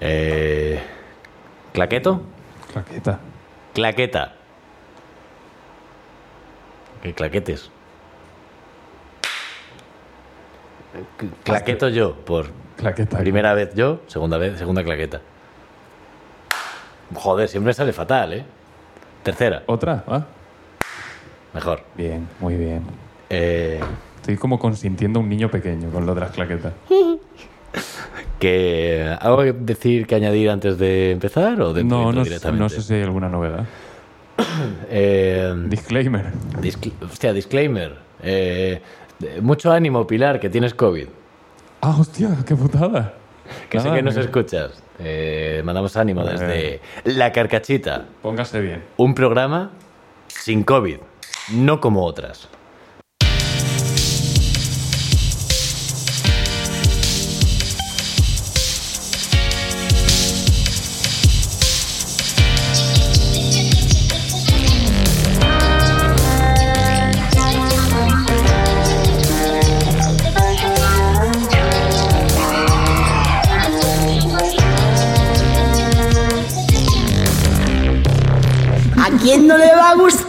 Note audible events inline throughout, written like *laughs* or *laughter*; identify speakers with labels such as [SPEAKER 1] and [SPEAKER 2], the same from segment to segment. [SPEAKER 1] Eh, ¿Claqueto?
[SPEAKER 2] Claqueta.
[SPEAKER 1] Claqueta. ¿Qué claquetes? Claqueto yo, por
[SPEAKER 2] Claqueta.
[SPEAKER 1] primera vez yo, segunda vez, segunda claqueta. Joder, siempre sale fatal, ¿eh? Tercera,
[SPEAKER 2] ¿Otra? ¿Ah?
[SPEAKER 1] mejor.
[SPEAKER 2] Bien, muy bien.
[SPEAKER 1] Eh,
[SPEAKER 2] Estoy como consintiendo a un niño pequeño con lo de las claquetas.
[SPEAKER 1] que, ¿Algo que decir que añadir antes de empezar o de
[SPEAKER 2] No, no, sé-
[SPEAKER 1] directamente?
[SPEAKER 2] no sé si hay alguna novedad.
[SPEAKER 1] Eh,
[SPEAKER 2] Disclaimer.
[SPEAKER 1] Discl- hostia, disclaimer. Eh, de- mucho ánimo, Pilar, que tienes COVID.
[SPEAKER 2] Ah, hostia, qué putada.
[SPEAKER 1] Que sé
[SPEAKER 2] Nada,
[SPEAKER 1] que nos
[SPEAKER 2] me-
[SPEAKER 1] escuchas. Eh, mandamos ánimo desde
[SPEAKER 2] Eh.
[SPEAKER 1] La Carcachita.
[SPEAKER 2] Póngase bien.
[SPEAKER 1] Un programa sin COVID, no como otras.
[SPEAKER 3] ¿A quién no le va a gustar?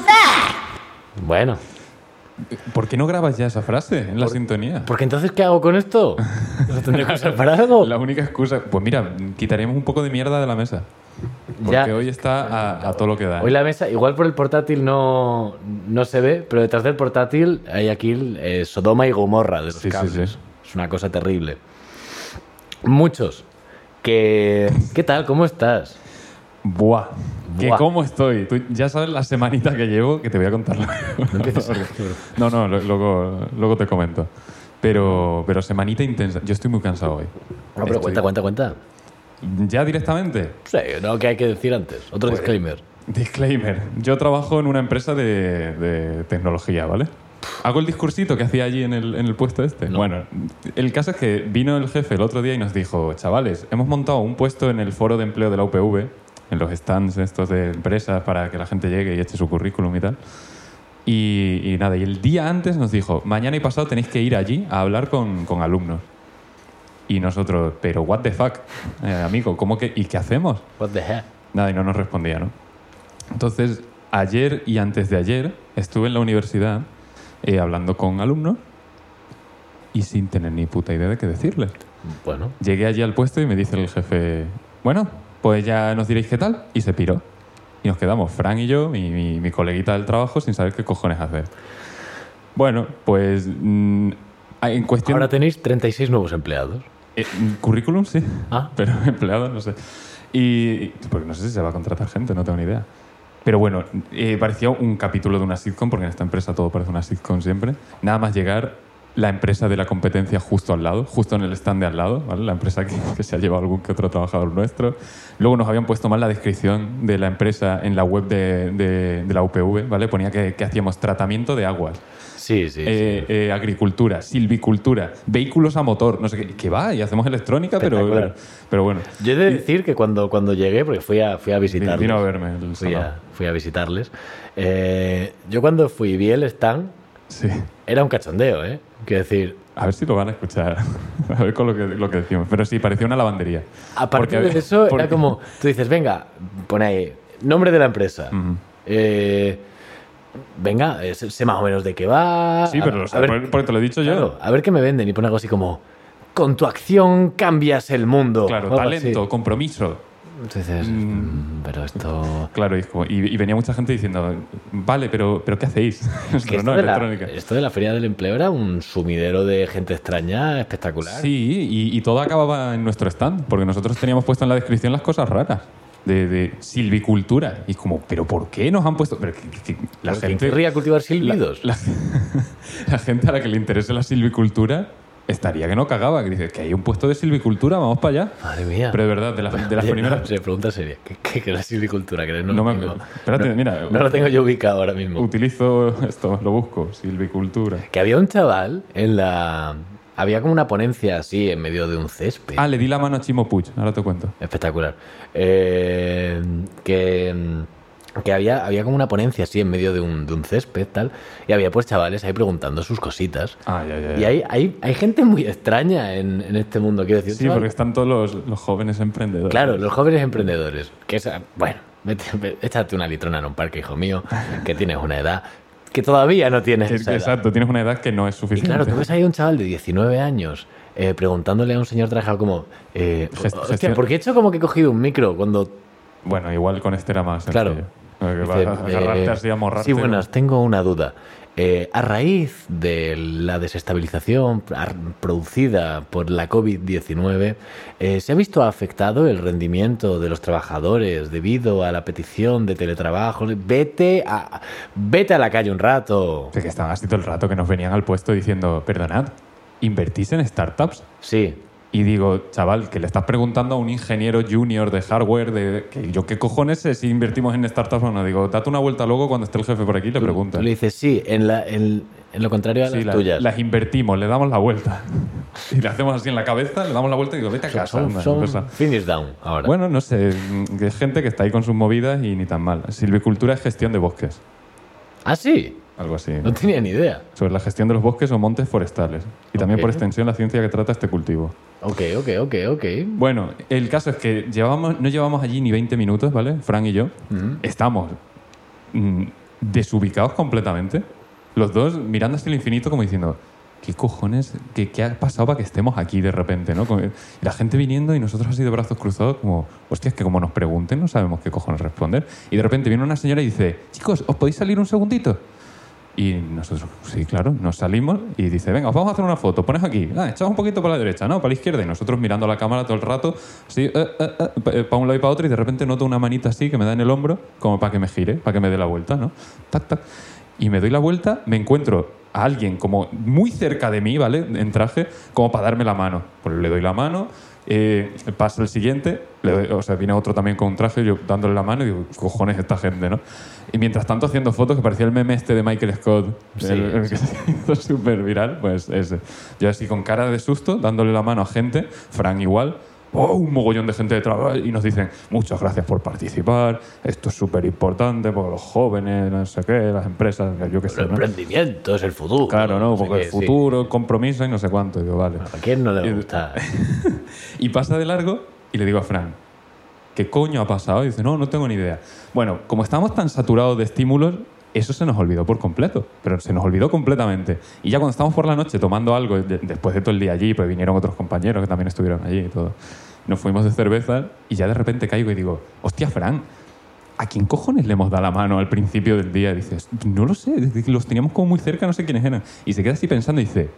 [SPEAKER 1] Bueno,
[SPEAKER 2] ¿Por qué no grabas ya esa frase en la sintonía?
[SPEAKER 1] porque entonces, ¿qué hago con esto? ¿Lo tendré que
[SPEAKER 2] *laughs*
[SPEAKER 1] usar para algo?
[SPEAKER 2] La única excusa. Pues mira, quitaremos un poco de mierda de la mesa. Porque
[SPEAKER 1] Ya.
[SPEAKER 2] hoy está a, a todo lo que da.
[SPEAKER 1] Hoy la mesa, igual por el portátil no, no se ve, pero detrás del portátil hay aquí eh, Sodoma y Gomorra de los
[SPEAKER 2] Sí, sí,
[SPEAKER 1] cables.
[SPEAKER 2] sí.
[SPEAKER 1] Es una cosa terrible. Muchos. Que, ¿Qué tal? ¿Cómo estás?
[SPEAKER 2] Buah. Que
[SPEAKER 1] Buah.
[SPEAKER 2] cómo estoy. Tú ya sabes la semanita que llevo, que te voy a contar. *laughs* luego. no, no, lo- luego, luego te comento. Pero, pero semanita intensa. Yo estoy muy cansado hoy.
[SPEAKER 1] No, pero
[SPEAKER 2] Estoy-
[SPEAKER 1] cuenta, cuenta, cuenta.
[SPEAKER 2] ¿Ya directamente?
[SPEAKER 1] Sí, no, que hay que decir antes. Otro
[SPEAKER 2] Pues
[SPEAKER 1] disclaimer.
[SPEAKER 2] Disclaimer. Yo trabajo en una empresa de, de tecnología, ¿vale? Hago el discursito que hacía allí en el, en el puesto este. Bueno, el caso es que vino el jefe el otro día y nos dijo, chavales, hemos montado un puesto en el foro de empleo de la UPV, en los stands estos de empresas para que la gente llegue y eche su currículum y tal. Y, y nada, y el día antes nos dijo, mañana y pasado tenéis que ir allí a hablar con, con alumnos. Y nosotros, pero what the fuck, Eh, amigo, ¿cómo que, ¿y qué hacemos?
[SPEAKER 1] What the heck?
[SPEAKER 2] Nada, y no nos respondía, ¿no? Entonces, ayer y antes de ayer estuve en la universidad eh, hablando con alumnos y sin tener ni puta idea de qué decirles.
[SPEAKER 1] Bueno,
[SPEAKER 2] Llegué allí al puesto y me dice el jefe, bueno, pues ya nos diréis qué tal, y se piró. Y nos quedamos, Fran y yo, mi, mi, mi coleguita del trabajo, sin saber qué cojones hacer. Bueno, pues mm, en cuestión...
[SPEAKER 1] ahora tenéis 36 nuevos empleados.
[SPEAKER 2] Eh, currículum, sí.
[SPEAKER 1] Ah.
[SPEAKER 2] Pero *laughs* empleado, no sé. Y. Porque no sé si se va a contratar gente, no tengo ni idea. Pero bueno, eh, parecía un capítulo de una sitcom, porque en esta empresa todo parece una sitcom siempre. Nada más llegar, la empresa de la competencia justo al lado, justo en el stand de al lado, ¿vale? La empresa que, que se ha llevado algún que otro trabajador nuestro. Luego nos habían puesto mal la descripción de la empresa en la web de, de- de la UPV, ¿vale? Ponía que, que hacíamos tratamiento de aguas.
[SPEAKER 1] Sí, sí. sí.
[SPEAKER 2] Eh, eh, agricultura, silvicultura, vehículos a motor, no sé qué, que va, y hacemos electrónica, pero,
[SPEAKER 1] Espectacular.
[SPEAKER 2] pero, pero bueno.
[SPEAKER 1] Yo he de decir que cuando, cuando llegué, porque fui a, fui a visitarles.
[SPEAKER 2] Vino a verme el
[SPEAKER 1] Fui a,
[SPEAKER 2] sábado.
[SPEAKER 1] fui a visitarles. Eh, yo cuando fui y vi el stand,
[SPEAKER 2] Sí.
[SPEAKER 1] era un cachondeo, ¿eh? Quiero decir,
[SPEAKER 2] A ver si lo van a escuchar, *laughs* a ver con lo que, lo que decimos. Pero sí, parecía una lavandería.
[SPEAKER 1] aparte
[SPEAKER 2] Porque-
[SPEAKER 1] de eso,
[SPEAKER 2] porque-
[SPEAKER 1] era como, *laughs* tú dices, venga, pon ahí, nombre de la empresa.
[SPEAKER 2] Ujú.
[SPEAKER 1] Eh, venga, eh, sé sé más o menos de qué va.
[SPEAKER 2] Sí,
[SPEAKER 1] a-
[SPEAKER 2] pero
[SPEAKER 1] Ah, a
[SPEAKER 2] lo sé,
[SPEAKER 1] ver-
[SPEAKER 2] por- porque te lo he dicho
[SPEAKER 1] claro,
[SPEAKER 2] yo.
[SPEAKER 1] a ver qué me venden. Y pone algo así como, con tu acción cambias el mundo.
[SPEAKER 2] Claro,
[SPEAKER 1] o algo así.
[SPEAKER 2] talento, compromiso.
[SPEAKER 1] Tú dices, "Mm, pero
[SPEAKER 2] *laughs*
[SPEAKER 1] esto...
[SPEAKER 2] Claro, y, es como- y- y venía mucha gente diciendo, vale, pero, pero ¿qué hacéis? *laughs*
[SPEAKER 1] Que
[SPEAKER 2] Nosotros,
[SPEAKER 1] esto,
[SPEAKER 2] no,
[SPEAKER 1] de la,
[SPEAKER 2] electrónica.
[SPEAKER 1] esto de la Feria del Empleo era un sumidero de gente extraña espectacular.
[SPEAKER 2] Sí, y, y todo acababa en nuestro stand, porque nosotros teníamos puesto en la descripción las cosas raras. De, de silvicultura. Y es como, ¿pero por qué nos han puesto? Pero que- que- que la
[SPEAKER 1] Porque
[SPEAKER 2] gente.
[SPEAKER 1] querría cultivar
[SPEAKER 2] la,
[SPEAKER 1] silbidos.
[SPEAKER 2] la- *laughs* la gente a la que le interese la silvicultura estaría que no cagaba. Que dice, que hay un puesto de silvicultura, vamos para allá.
[SPEAKER 1] Madre mía.
[SPEAKER 2] Pero de verdad, de, las- de las
[SPEAKER 1] Oye,
[SPEAKER 2] primeras.
[SPEAKER 1] no, sí, pregunta seria. ¿Qué, qué, qué es la silvicultura? Que no, lo
[SPEAKER 2] No me-
[SPEAKER 1] tengo-
[SPEAKER 2] espérate,
[SPEAKER 1] no-
[SPEAKER 2] mira.
[SPEAKER 1] No lo tengo yo ubicado ahora mismo.
[SPEAKER 2] Utilizo esto, lo busco, silvicultura.
[SPEAKER 1] Que había un chaval en la. Había como una ponencia así en medio de un césped.
[SPEAKER 2] Ah, le di la mano a Chimo Puig, ahora te cuento.
[SPEAKER 1] Espectacular. Eh, que mm, que había, había como una ponencia así en medio de un, de un césped, tal, y había pues chavales ahí preguntando sus cositas.
[SPEAKER 2] Ah, ya, ya, ya.
[SPEAKER 1] Y hay, hay, hay gente muy extraña en, en este mundo, quiero decir.
[SPEAKER 2] Sí,
[SPEAKER 1] chaval,
[SPEAKER 2] porque están todos los, los jóvenes emprendedores.
[SPEAKER 1] Claro, los jóvenes emprendedores. Que es, bueno, vete- ve- échate una litrona en un parque, hijo mío, que tienes una edad que todavía no tienes.
[SPEAKER 2] Es
[SPEAKER 1] esa
[SPEAKER 2] que,
[SPEAKER 1] edad.
[SPEAKER 2] exacto, tienes una edad que no es
[SPEAKER 1] Y
[SPEAKER 2] suficiente.
[SPEAKER 1] claro, tú ves ahí un chaval de 19 años eh, preguntándole a un señor trabajador como, eh,
[SPEAKER 2] Gest-
[SPEAKER 1] hostia,
[SPEAKER 2] gestión.
[SPEAKER 1] ¿por qué he hecho como que he cogido un micro cuando...
[SPEAKER 2] Bueno, igual con este era más
[SPEAKER 1] Claro.
[SPEAKER 2] sencillo. Porque va
[SPEAKER 1] Dice,
[SPEAKER 2] a agarrarte
[SPEAKER 1] eh,
[SPEAKER 2] así, amorrarte.
[SPEAKER 1] sí, buenas, tengo una duda. Eh, a raíz de la desestabilización ar- producida por la COVID-19, eh, ¿se ha visto afectado el rendimiento de los trabajadores debido a la petición de teletrabajo? Vete a, vete a la calle un rato.
[SPEAKER 2] Sí, que estaban así todo el rato que nos venían al puesto diciendo, perdonad, ¿invertís en startups?
[SPEAKER 1] Sí,
[SPEAKER 2] Y digo, chaval, que le estás preguntando a un ingeniero junior de hardware, de que yo qué cojones sé si invertimos en startups o no. Digo, date una vuelta luego cuando esté el jefe por aquí y le
[SPEAKER 1] tú
[SPEAKER 2] preguntas.
[SPEAKER 1] le dices sí, en, la, en, en lo contrario a
[SPEAKER 2] Sí,
[SPEAKER 1] las
[SPEAKER 2] la-
[SPEAKER 1] tuyas.
[SPEAKER 2] las invertimos, le damos la vuelta. *laughs* Y le hacemos así en la cabeza, le damos la vuelta y digo, vete a casa.
[SPEAKER 1] Son,
[SPEAKER 2] anda,
[SPEAKER 1] son
[SPEAKER 2] empresa".
[SPEAKER 1] finish down ahora.
[SPEAKER 2] Bueno, no sé, mm, que es gente que está ahí con sus movidas y ni tan mal. Silvicultura es gestión de bosques,
[SPEAKER 1] Ah, sí.
[SPEAKER 2] algo así.
[SPEAKER 1] No tenía ni idea.
[SPEAKER 2] Sobre la gestión de los bosques o montes forestales. Y también
[SPEAKER 1] Ok.
[SPEAKER 2] por extensión la ciencia que trata este cultivo.
[SPEAKER 1] Ok, ok, ok, ok.
[SPEAKER 2] Bueno, el caso es que llevamos, no llevamos allí ni 20 minutos, ¿vale? Fran y yo. Estamos mm, desubicados completamente. Los dos mirando hacia el infinito como diciendo, ¿qué cojones? ¿Qué, qué ha pasado para que estemos aquí de repente? ¿no? Como- y la gente viniendo y nosotros así de brazos cruzados como, hostia, es que como nos pregunten no sabemos qué cojones responder. Y de repente viene una señora y dice, chicos, ¿os podéis salir un segundito? Y nosotros, sí, claro, nos salimos y dice, venga, os vamos a hacer una foto, pones aquí, ah, echamos un poquito para la derecha, no, para la izquierda, y nosotros mirando la cámara todo el rato, así, eh, para un lado y para otro, y de repente noto una manita así que me da en el hombro, como para que me gire, para que me dé la vuelta, ¿no? Tac, tac. Y me doy la vuelta, me encuentro a alguien como muy cerca de mí, ¿vale? En traje, como para darme la mano. Pues le doy la mano, eh, pasa el siguiente, le doy- o sea, viene otro también con un traje, yo dándole la mano y digo, "¿Qué cojones esta gente, ¿no? Y mientras tanto haciendo fotos que parecía el meme este de Michael Scott,
[SPEAKER 1] Sí,
[SPEAKER 2] el, el que se hizo súper viral, pues ese. Yo así con cara de susto, dándole la mano a gente, Fran igual. ¡Oh, un mogollón de gente de trabajo! Y nos dicen, muchas gracias por participar, esto es súper importante, porque los jóvenes, no sé qué, las empresas, yo qué sé.
[SPEAKER 1] El
[SPEAKER 2] ¿no?".
[SPEAKER 1] emprendimiento es el futuro.
[SPEAKER 2] Claro, ¿no?
[SPEAKER 1] sé
[SPEAKER 2] Porque
[SPEAKER 1] qué,
[SPEAKER 2] el
[SPEAKER 1] sí.
[SPEAKER 2] futuro, el compromiso y no sé cuánto. Digo, vale.
[SPEAKER 1] ¿A quién no le
[SPEAKER 2] Y-
[SPEAKER 1] gusta?
[SPEAKER 2] *laughs* Y pasa de largo y le digo a Fran, ¿qué coño ha pasado? Y dice, no, no tengo ni idea. Bueno, como estábamos tan saturados de estímulos, eso se nos olvidó por completo, pero se nos olvidó completamente. Y ya cuando estábamos por la noche tomando algo, de- después de todo el día allí, pues vinieron otros compañeros que también estuvieron allí y todo, nos fuimos de cerveza y ya de repente caigo y digo, hostia, Fran, ¿A quién cojones le hemos dado la mano al principio del día? Dices, no lo sé, los teníamos como muy cerca, no sé quiénes eran. Y se queda así pensando y dice,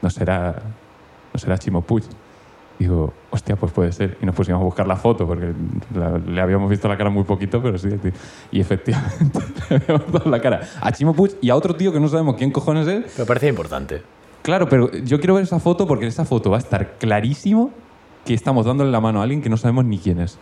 [SPEAKER 2] no será, no será Chimopuch. Digo, hostia, pues puede ser. Y nos pusimos a buscar la foto porque la- le habíamos visto la cara muy poquito, pero sí. sí. Y efectivamente *laughs* le habíamos dado la cara a Chimopuch y a otro tío que no sabemos quién cojones es.
[SPEAKER 1] Me parecía importante.
[SPEAKER 2] Claro, pero yo quiero ver esa foto porque en esa foto va a estar clarísimo que estamos dándole la mano a alguien que no sabemos ni quién es.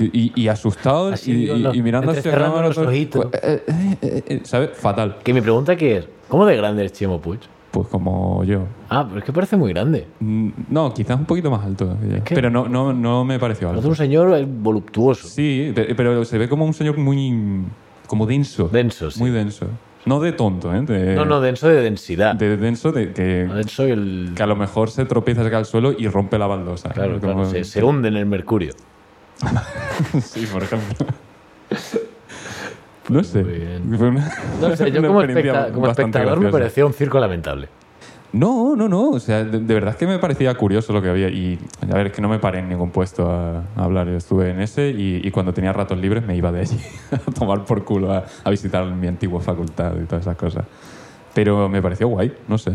[SPEAKER 2] Y, y asustados
[SPEAKER 1] Así,
[SPEAKER 2] y,
[SPEAKER 1] con los-
[SPEAKER 2] y mirando hacia
[SPEAKER 1] entrecerrando
[SPEAKER 2] cámara,
[SPEAKER 1] los
[SPEAKER 2] todo-
[SPEAKER 1] ojitos.
[SPEAKER 2] Eh, eh, eh, eh, ¿Sabes? Fatal.
[SPEAKER 1] Que mi pregunta que es, ¿cómo de grande es Chimo Puig?
[SPEAKER 2] Pues como yo.
[SPEAKER 1] Ah, pero es que parece muy grande.
[SPEAKER 2] Mm, No, quizás un poquito más alto. ya.
[SPEAKER 1] que-
[SPEAKER 2] Pero no, no, no me pareció
[SPEAKER 1] Parece
[SPEAKER 2] alto.
[SPEAKER 1] un señor eh, voluptuoso.
[SPEAKER 2] Sí, pe- pero se ve como un señor muy... como denso.
[SPEAKER 1] Denso, sí.
[SPEAKER 2] Muy denso. No de tonto, ¿eh? De-
[SPEAKER 1] No, no, denso de densidad.
[SPEAKER 2] De denso de que...
[SPEAKER 1] denso y el...
[SPEAKER 2] que a lo mejor se tropieza, se cae al suelo y rompe la baldosa.
[SPEAKER 1] Claro, claro,
[SPEAKER 2] Como-
[SPEAKER 1] se, se hunde en el
[SPEAKER 2] *laughs*
[SPEAKER 1] mercurio.
[SPEAKER 2] Sí, por
[SPEAKER 1] *laughs*
[SPEAKER 2] ejemplo. No sé.
[SPEAKER 1] Muy bien.
[SPEAKER 2] Fue una-
[SPEAKER 1] No sé, yo
[SPEAKER 2] una
[SPEAKER 1] como,
[SPEAKER 2] experiencia
[SPEAKER 1] especta- como
[SPEAKER 2] bastante
[SPEAKER 1] espectador me
[SPEAKER 2] graciosa.
[SPEAKER 1] parecía un circo lamentable.
[SPEAKER 2] No, no, no. O sea, de, de verdad es que me parecía curioso lo que había. Y a ver, es que no me paré en ningún puesto a, a hablar. Yo estuve en ese y, y cuando tenía ratos libres me iba de allí *laughs* a tomar por culo, a, a visitar mi antigua facultad y todas esas cosas. Pero me pareció guay, no sé.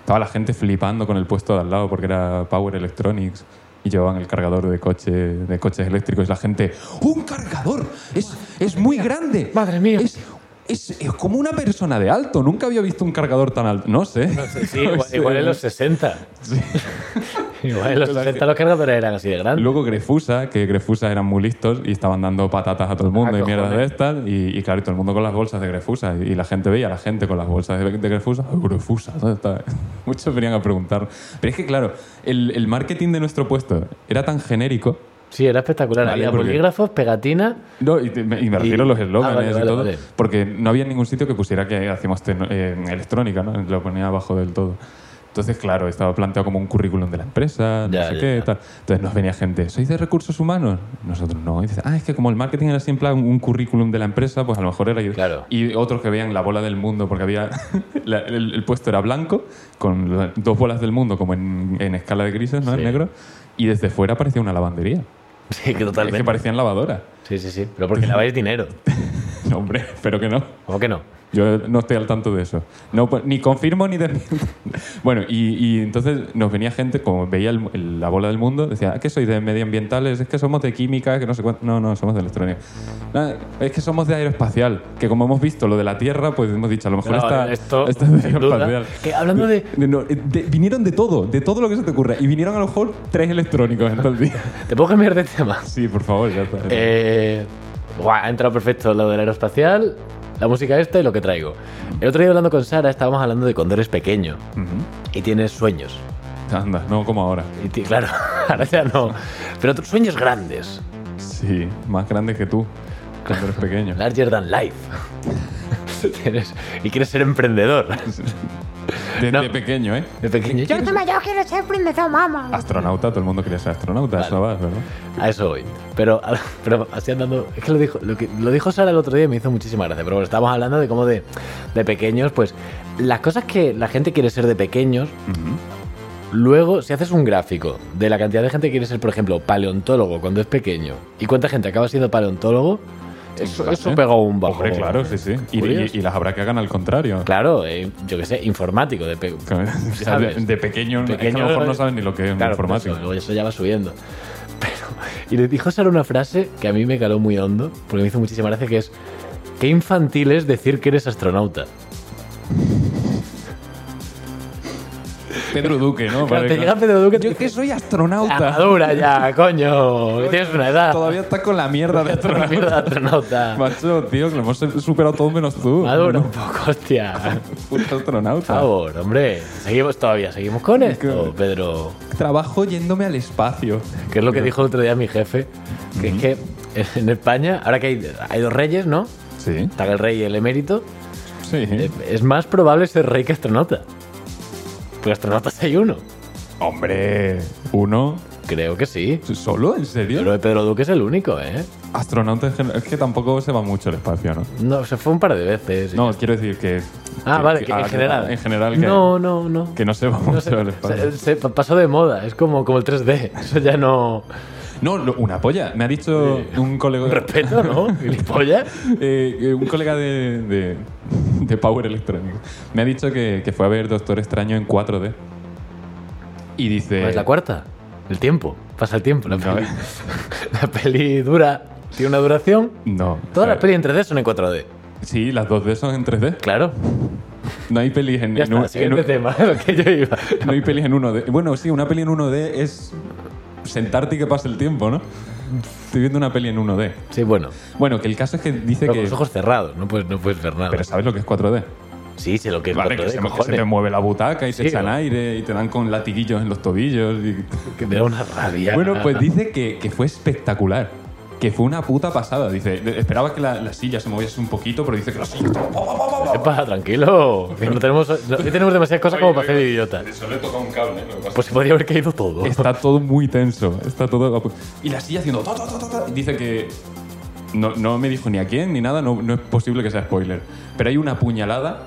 [SPEAKER 2] Estaba la gente flipando con el puesto de al lado porque era Power Electronics y llevaban el cargador de, coche, de coches eléctricos. Y la gente, ¡un cargador! ¡Es, es muy grande!
[SPEAKER 1] Madre mía.
[SPEAKER 2] Es, es- es como una persona de alto. Nunca había visto un cargador tan alto.
[SPEAKER 1] *laughs*
[SPEAKER 2] No sé.
[SPEAKER 1] Sí, igual, igual en los 60. *laughs* Igual en los 60 los cargadores eran así de grandes.
[SPEAKER 2] Luego Grefusa, que Grefusa eran muy listos y estaban dando patatas a todo el mundo
[SPEAKER 1] Ah,
[SPEAKER 2] y mierdas de
[SPEAKER 1] cojones.
[SPEAKER 2] estas. Y, y claro, y todo el mundo con las bolsas de Grefusa. Y, y la gente veía a la gente con las bolsas de, de Grefusa. "Ay, Grefusa, ¿dónde está? *laughs* Muchos venían a preguntar. Pero es que, claro, el, el marketing de nuestro puesto era tan genérico
[SPEAKER 1] Sí, era espectacular.
[SPEAKER 2] Vale,
[SPEAKER 1] Había
[SPEAKER 2] porque-
[SPEAKER 1] bolígrafos, pegatinas.
[SPEAKER 2] No, y, te- me, y me refiero
[SPEAKER 1] Y-
[SPEAKER 2] a los eslóganes
[SPEAKER 1] ah, vale, vale,
[SPEAKER 2] y todo.
[SPEAKER 1] vale.
[SPEAKER 2] Porque no había ningún sitio que pusiera que hacíamos tecno- eh, electrónica, ¿no? Lo ponía abajo del todo. Entonces, claro, estaba planteado como un currículum de la empresa, no
[SPEAKER 1] Ya,
[SPEAKER 2] sé
[SPEAKER 1] ya,
[SPEAKER 2] qué,
[SPEAKER 1] ya.
[SPEAKER 2] tal. Entonces nos venía gente, ¿sois de recursos humanos? Nosotros no. Y dice, ah, es que como el marketing era siempre un, un currículum de la empresa, pues a lo mejor era...
[SPEAKER 1] Claro.
[SPEAKER 2] Y otros que veían la bola del mundo, porque había... *laughs* la- el, el puesto era blanco, con la- dos bolas del mundo como en, en escala de grises, ¿no?
[SPEAKER 1] Sí.
[SPEAKER 2] En negro. Y desde fuera parecía una lavandería.
[SPEAKER 1] *laughs* Sí, que
[SPEAKER 2] Es que
[SPEAKER 1] totalmente.
[SPEAKER 2] parecían lavadoras.
[SPEAKER 1] Sí, sí, sí. Pero porque laváis dinero.
[SPEAKER 2] No, *laughs* hombre, espero que no.
[SPEAKER 1] ¿Cómo que no?
[SPEAKER 2] Yo no estoy al tanto de eso. No, pues, ni confirmo ni desmiento. *laughs* Bueno, y, y entonces nos venía gente, como veía el- el- la bola del mundo, decía, "Ah, que soy de medioambientales, es que somos de química, que no sé cuánto. No, no, somos de electrónica. "Ah, es que somos de aeroespacial, que como hemos visto lo de la Tierra, pues hemos dicho, a lo mejor
[SPEAKER 1] No,
[SPEAKER 2] está,
[SPEAKER 1] esto,
[SPEAKER 2] está de
[SPEAKER 1] sin duda. Que hablando de-
[SPEAKER 2] No, eh, de- Vinieron de todo, de todo lo que se te ocurra. Y vinieron a lo mejor tres electrónicos en todo el día. *laughs*
[SPEAKER 1] ¿Te puedo cambiar de tema?
[SPEAKER 2] Sí, por favor, ya está.
[SPEAKER 1] Eh, buah, ha entrado perfecto lo del aeroespacial, la música esta y lo que traigo. El otro día hablando con Sara estábamos hablando de cuando eres pequeño
[SPEAKER 2] Ujú.
[SPEAKER 1] y tienes sueños.
[SPEAKER 2] Anda, no como ahora.
[SPEAKER 1] Y ti- claro, *laughs* ahora ya no. Pero tus sueños grandes.
[SPEAKER 2] Sí, más grande que tú, cuando eres
[SPEAKER 1] *laughs*
[SPEAKER 2] pequeño.
[SPEAKER 1] Larger than life. Tienes- y quieres ser emprendedor.
[SPEAKER 2] Desde
[SPEAKER 1] No.
[SPEAKER 2] pequeño, ¿eh?
[SPEAKER 1] De pequeño.
[SPEAKER 4] Yo como yo quiero ser princesa mamá.
[SPEAKER 2] Astronauta, todo el mundo quería ser astronauta, eso va, ¿verdad?
[SPEAKER 1] A eso voy. Pero, a- *laughs* pero así andando. Es que lo dijo, lo que- lo dijo Sara el otro día y me hizo muchísima gracia. Pero bueno, estábamos hablando de cómo de, de pequeños, pues las cosas que la gente quiere ser de pequeños. Luego, si haces un gráfico de la cantidad de gente que quiere ser, por ejemplo, paleontólogo cuando es pequeño y cuánta gente acaba siendo paleontólogo, eso, eso
[SPEAKER 2] ¿eh?
[SPEAKER 1] pega un bajo.
[SPEAKER 2] Hombre, claro, sí, sí. Y, y- y las habrá que hagan al contrario. *laughs*
[SPEAKER 1] Claro, eh, yo qué sé, informático de pe-
[SPEAKER 2] Que- o sea, de,
[SPEAKER 1] ¿sabes?
[SPEAKER 2] de pequeño, es que a
[SPEAKER 1] Pequeño-
[SPEAKER 2] lo mejor no saben ni lo que es
[SPEAKER 1] Claro, por
[SPEAKER 2] informático.
[SPEAKER 1] Eso, luego eso ya va subiendo. Pero, y le dijo Sara una frase que a mí me caló muy hondo, porque me hizo muchísima gracia, que es, qué infantil es decir que eres astronauta.
[SPEAKER 2] Pedro Duque,
[SPEAKER 1] Claro,
[SPEAKER 2] ¿no? Vale,
[SPEAKER 1] te
[SPEAKER 2] claro.
[SPEAKER 1] llega Pedro Duque,
[SPEAKER 2] Yo que soy astronauta.
[SPEAKER 1] madura ya, coño, que tienes una edad. *laughs*
[SPEAKER 2] Todavía estás con la mierda de
[SPEAKER 1] Una
[SPEAKER 2] astronauta.
[SPEAKER 1] mierda de
[SPEAKER 2] *laughs*
[SPEAKER 1] astronauta.
[SPEAKER 2] Macho, tío, que lo hemos superado todo menos tú.
[SPEAKER 1] Madura
[SPEAKER 2] *laughs*
[SPEAKER 1] un poco, hostia.
[SPEAKER 2] Puto astronauta.
[SPEAKER 1] Por favor, hombre. Seguimos todavía, seguimos con esto, Pedro.
[SPEAKER 2] Trabajo yéndome al espacio.
[SPEAKER 1] Que es lo que dijo el otro día mi jefe, que es que en España, ahora que hay, hay dos reyes, ¿no?
[SPEAKER 2] Sí,
[SPEAKER 1] Está el rey y el emérito.
[SPEAKER 2] sí.
[SPEAKER 1] Eh, Es más probable ser rey que astronauta. Porque astronautas hay uno.
[SPEAKER 2] Hombre, uno.
[SPEAKER 1] Creo que sí.
[SPEAKER 2] ¿Solo? ¿En
[SPEAKER 1] Yo
[SPEAKER 2] serio?
[SPEAKER 1] creo que Pedro Duque es el único, ¿eh?
[SPEAKER 2] Astronauta en general- es que tampoco se va mucho al espacio, ¿no?
[SPEAKER 1] No, se fue un par de veces.
[SPEAKER 2] No, quiero decir que.
[SPEAKER 1] ah,
[SPEAKER 2] que-
[SPEAKER 1] vale,
[SPEAKER 2] que-
[SPEAKER 1] que en
[SPEAKER 2] ah,
[SPEAKER 1] general.
[SPEAKER 2] En general, que
[SPEAKER 1] No, no, no.
[SPEAKER 2] que no se va
[SPEAKER 1] *laughs*
[SPEAKER 2] mucho
[SPEAKER 1] No sé,
[SPEAKER 2] al espacio.
[SPEAKER 1] se, se pa- pasó de moda, es como, como el 3D. Eso ya no.
[SPEAKER 2] No, lo- una polla. Me ha dicho un colega.
[SPEAKER 1] Respeto, ¿no? ¿Gilipollas?
[SPEAKER 2] *laughs* Eh, eh, un colega de, de, de Power Electronic me ha dicho que, que fue a ver Doctor Extraño en 4D. Y dice.
[SPEAKER 1] es ¿Pues la cuarta. El tiempo. Pasa el tiempo. La
[SPEAKER 2] Eh, No,
[SPEAKER 1] peli,
[SPEAKER 2] eh.
[SPEAKER 1] *laughs* la peli dura. Tiene una duración.
[SPEAKER 2] No.
[SPEAKER 1] Todas las
[SPEAKER 2] o sea,
[SPEAKER 1] pelis en 3D son en 4D.
[SPEAKER 2] Sí, las 2D son en 3D.
[SPEAKER 1] Claro.
[SPEAKER 2] No hay pelis en,
[SPEAKER 1] Ya
[SPEAKER 2] en un-
[SPEAKER 1] está. Siguiente
[SPEAKER 2] en un-
[SPEAKER 1] tema. *laughs* Lo que yo iba.
[SPEAKER 2] No hay pelis en 1D. Bueno, sí, una peli en 1D es sentarte y que pase el tiempo, ¿no? Estoy viendo una peli en 1D.
[SPEAKER 1] Sí, bueno.
[SPEAKER 2] Bueno, que el caso es que dice
[SPEAKER 1] Pero
[SPEAKER 2] que...
[SPEAKER 1] con los ojos cerrados, no puedes, no puedes ver nada.
[SPEAKER 2] Pero ¿sabes lo que es 4D?
[SPEAKER 1] sí, sé lo que es 4D,
[SPEAKER 2] Vale, que se, que se
[SPEAKER 1] cojones.
[SPEAKER 2] te mueve la butaca y
[SPEAKER 1] Sí,
[SPEAKER 2] te echan
[SPEAKER 1] ¿no?
[SPEAKER 2] aire y te dan con latiguillos en los tobillos. y-
[SPEAKER 1] Que me da una rabia.
[SPEAKER 2] Bueno, pues dice que, que fue espectacular. Que fue una puta pasada. Dice, de- esperaba que la, la silla se moviese un poquito, pero dice que la silla...
[SPEAKER 1] Epa, tranquilo. que no tenemos, no- hoy tenemos demasiadas cosas como para ser idiota.
[SPEAKER 2] Eso le toca un cable. ¿eh? Lo que pasa.
[SPEAKER 1] Pues se podría haber caído todo.
[SPEAKER 2] Está todo muy tenso. Está todo. Y la silla haciendo. to, to, to, to, to. Dice que. No, no me dijo ni a quién ni nada, no, no es posible que sea spoiler. Pero hay una puñalada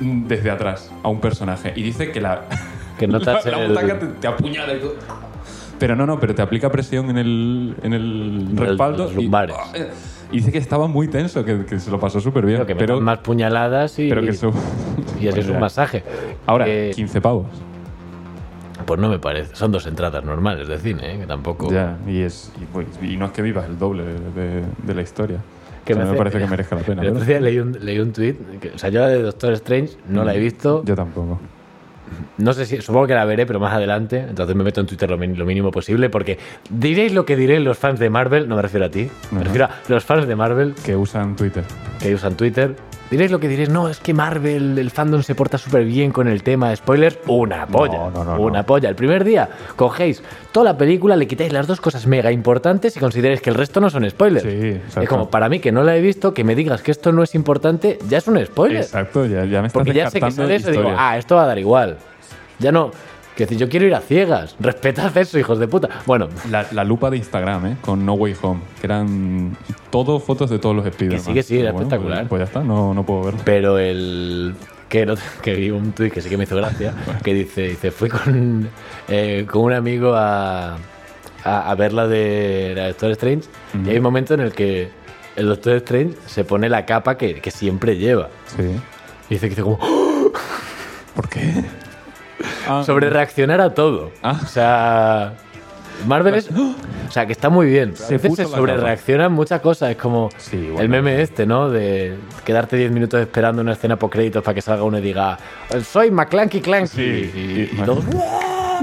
[SPEAKER 2] mm, desde atrás a un personaje y dice que la.
[SPEAKER 1] Que *laughs* no te
[SPEAKER 2] la,
[SPEAKER 1] hace
[SPEAKER 2] la
[SPEAKER 1] el-
[SPEAKER 2] butaca te, te apuñala y todo. Pero no, no, pero te aplica presión en el, en el respaldo.
[SPEAKER 1] los
[SPEAKER 2] y-
[SPEAKER 1] lumbares.
[SPEAKER 2] Y, dice que estaba muy tenso, que, que se lo pasó súper bien.
[SPEAKER 1] Pero que me dan más puñaladas y,
[SPEAKER 2] pero que eso.
[SPEAKER 1] *laughs* y así es un
[SPEAKER 2] Bueno,
[SPEAKER 1] masaje.
[SPEAKER 2] *laughs* Ahora,
[SPEAKER 1] Que-
[SPEAKER 2] 15 pavos.
[SPEAKER 1] pues no me parece. Son dos entradas normales de cine, ¿eh? que tampoco.
[SPEAKER 2] Ya, y, es, y, pues, y no es que vivas el doble de, de la historia.
[SPEAKER 1] Que
[SPEAKER 2] O
[SPEAKER 1] me
[SPEAKER 2] sea, me,
[SPEAKER 1] hace- *laughs*
[SPEAKER 2] parece que merezca la pena.
[SPEAKER 1] El otro
[SPEAKER 2] ¿verdad?
[SPEAKER 1] día leí un, leí un tweet. Que, o sea, yo la de Doctor Strange no la he visto.
[SPEAKER 2] Yo tampoco.
[SPEAKER 1] No sé si, supongo que la veré, pero más adelante. Entonces me meto en Twitter lo, min- lo mínimo posible porque diréis lo que diréis los fans de Marvel. No me refiero a ti, me
[SPEAKER 2] Ajá.
[SPEAKER 1] refiero a los fans de Marvel
[SPEAKER 2] que usan Twitter.
[SPEAKER 1] que usan Twitter. Diréis lo que diréis, no, es que Marvel, el fandom se porta súper bien con el tema de spoilers. Una polla,
[SPEAKER 2] no, no,
[SPEAKER 1] una
[SPEAKER 2] no.
[SPEAKER 1] polla. El primer día cogéis toda la película, le quitáis las dos cosas mega importantes y consideráis que el resto no son spoilers.
[SPEAKER 2] Sí, exacto.
[SPEAKER 1] es como para mí que no la he visto, que me digas que esto no es importante, ya es un spoiler.
[SPEAKER 2] Exacto, ya, ya me estás
[SPEAKER 1] Porque ya sé que
[SPEAKER 2] descartando
[SPEAKER 1] sale eso y digo,
[SPEAKER 2] historias.
[SPEAKER 1] ah, esto va a dar igual. Ya no, que si yo quiero ir a ciegas, *laughs* respetad eso, hijos de puta. Bueno,
[SPEAKER 2] La, la lupa de Instagram, ¿eh? Con No Way Home, que eran todo fotos de todos los Spider-Man.
[SPEAKER 1] sí, que sí, era
[SPEAKER 2] Pero bueno,
[SPEAKER 1] espectacular.
[SPEAKER 2] Pues, pues ya está, no, no puedo verlo.
[SPEAKER 1] Pero el. Que, no- *laughs* que vi un tuit que sí que me hizo
[SPEAKER 2] *laughs*
[SPEAKER 1] gracia, que dice, dice fui con, eh, con un amigo a, a, a ver la de la de Doctor Strange y hay un momento en el que el Doctor Strange se pone la capa que, que siempre lleva.
[SPEAKER 2] Sí.
[SPEAKER 1] Y dice que dice como,
[SPEAKER 2] ¿Por qué? Ah,
[SPEAKER 1] *laughs* sobre reaccionar a todo.
[SPEAKER 2] Ah. Pues
[SPEAKER 1] O sea, Marvel es... O sea, que está muy bien. A veces
[SPEAKER 2] puso
[SPEAKER 1] se
[SPEAKER 2] la
[SPEAKER 1] sobre reaccionan muchas cosas. Es como
[SPEAKER 2] Sí,
[SPEAKER 1] el
[SPEAKER 2] bueno.
[SPEAKER 1] meme este, ¿no? De quedarte 10 minutos esperando una escena por créditos para que salga uno y diga soy McClanky Clanky.
[SPEAKER 2] Sí,
[SPEAKER 1] y,
[SPEAKER 2] y-
[SPEAKER 1] y todos...
[SPEAKER 2] *laughs*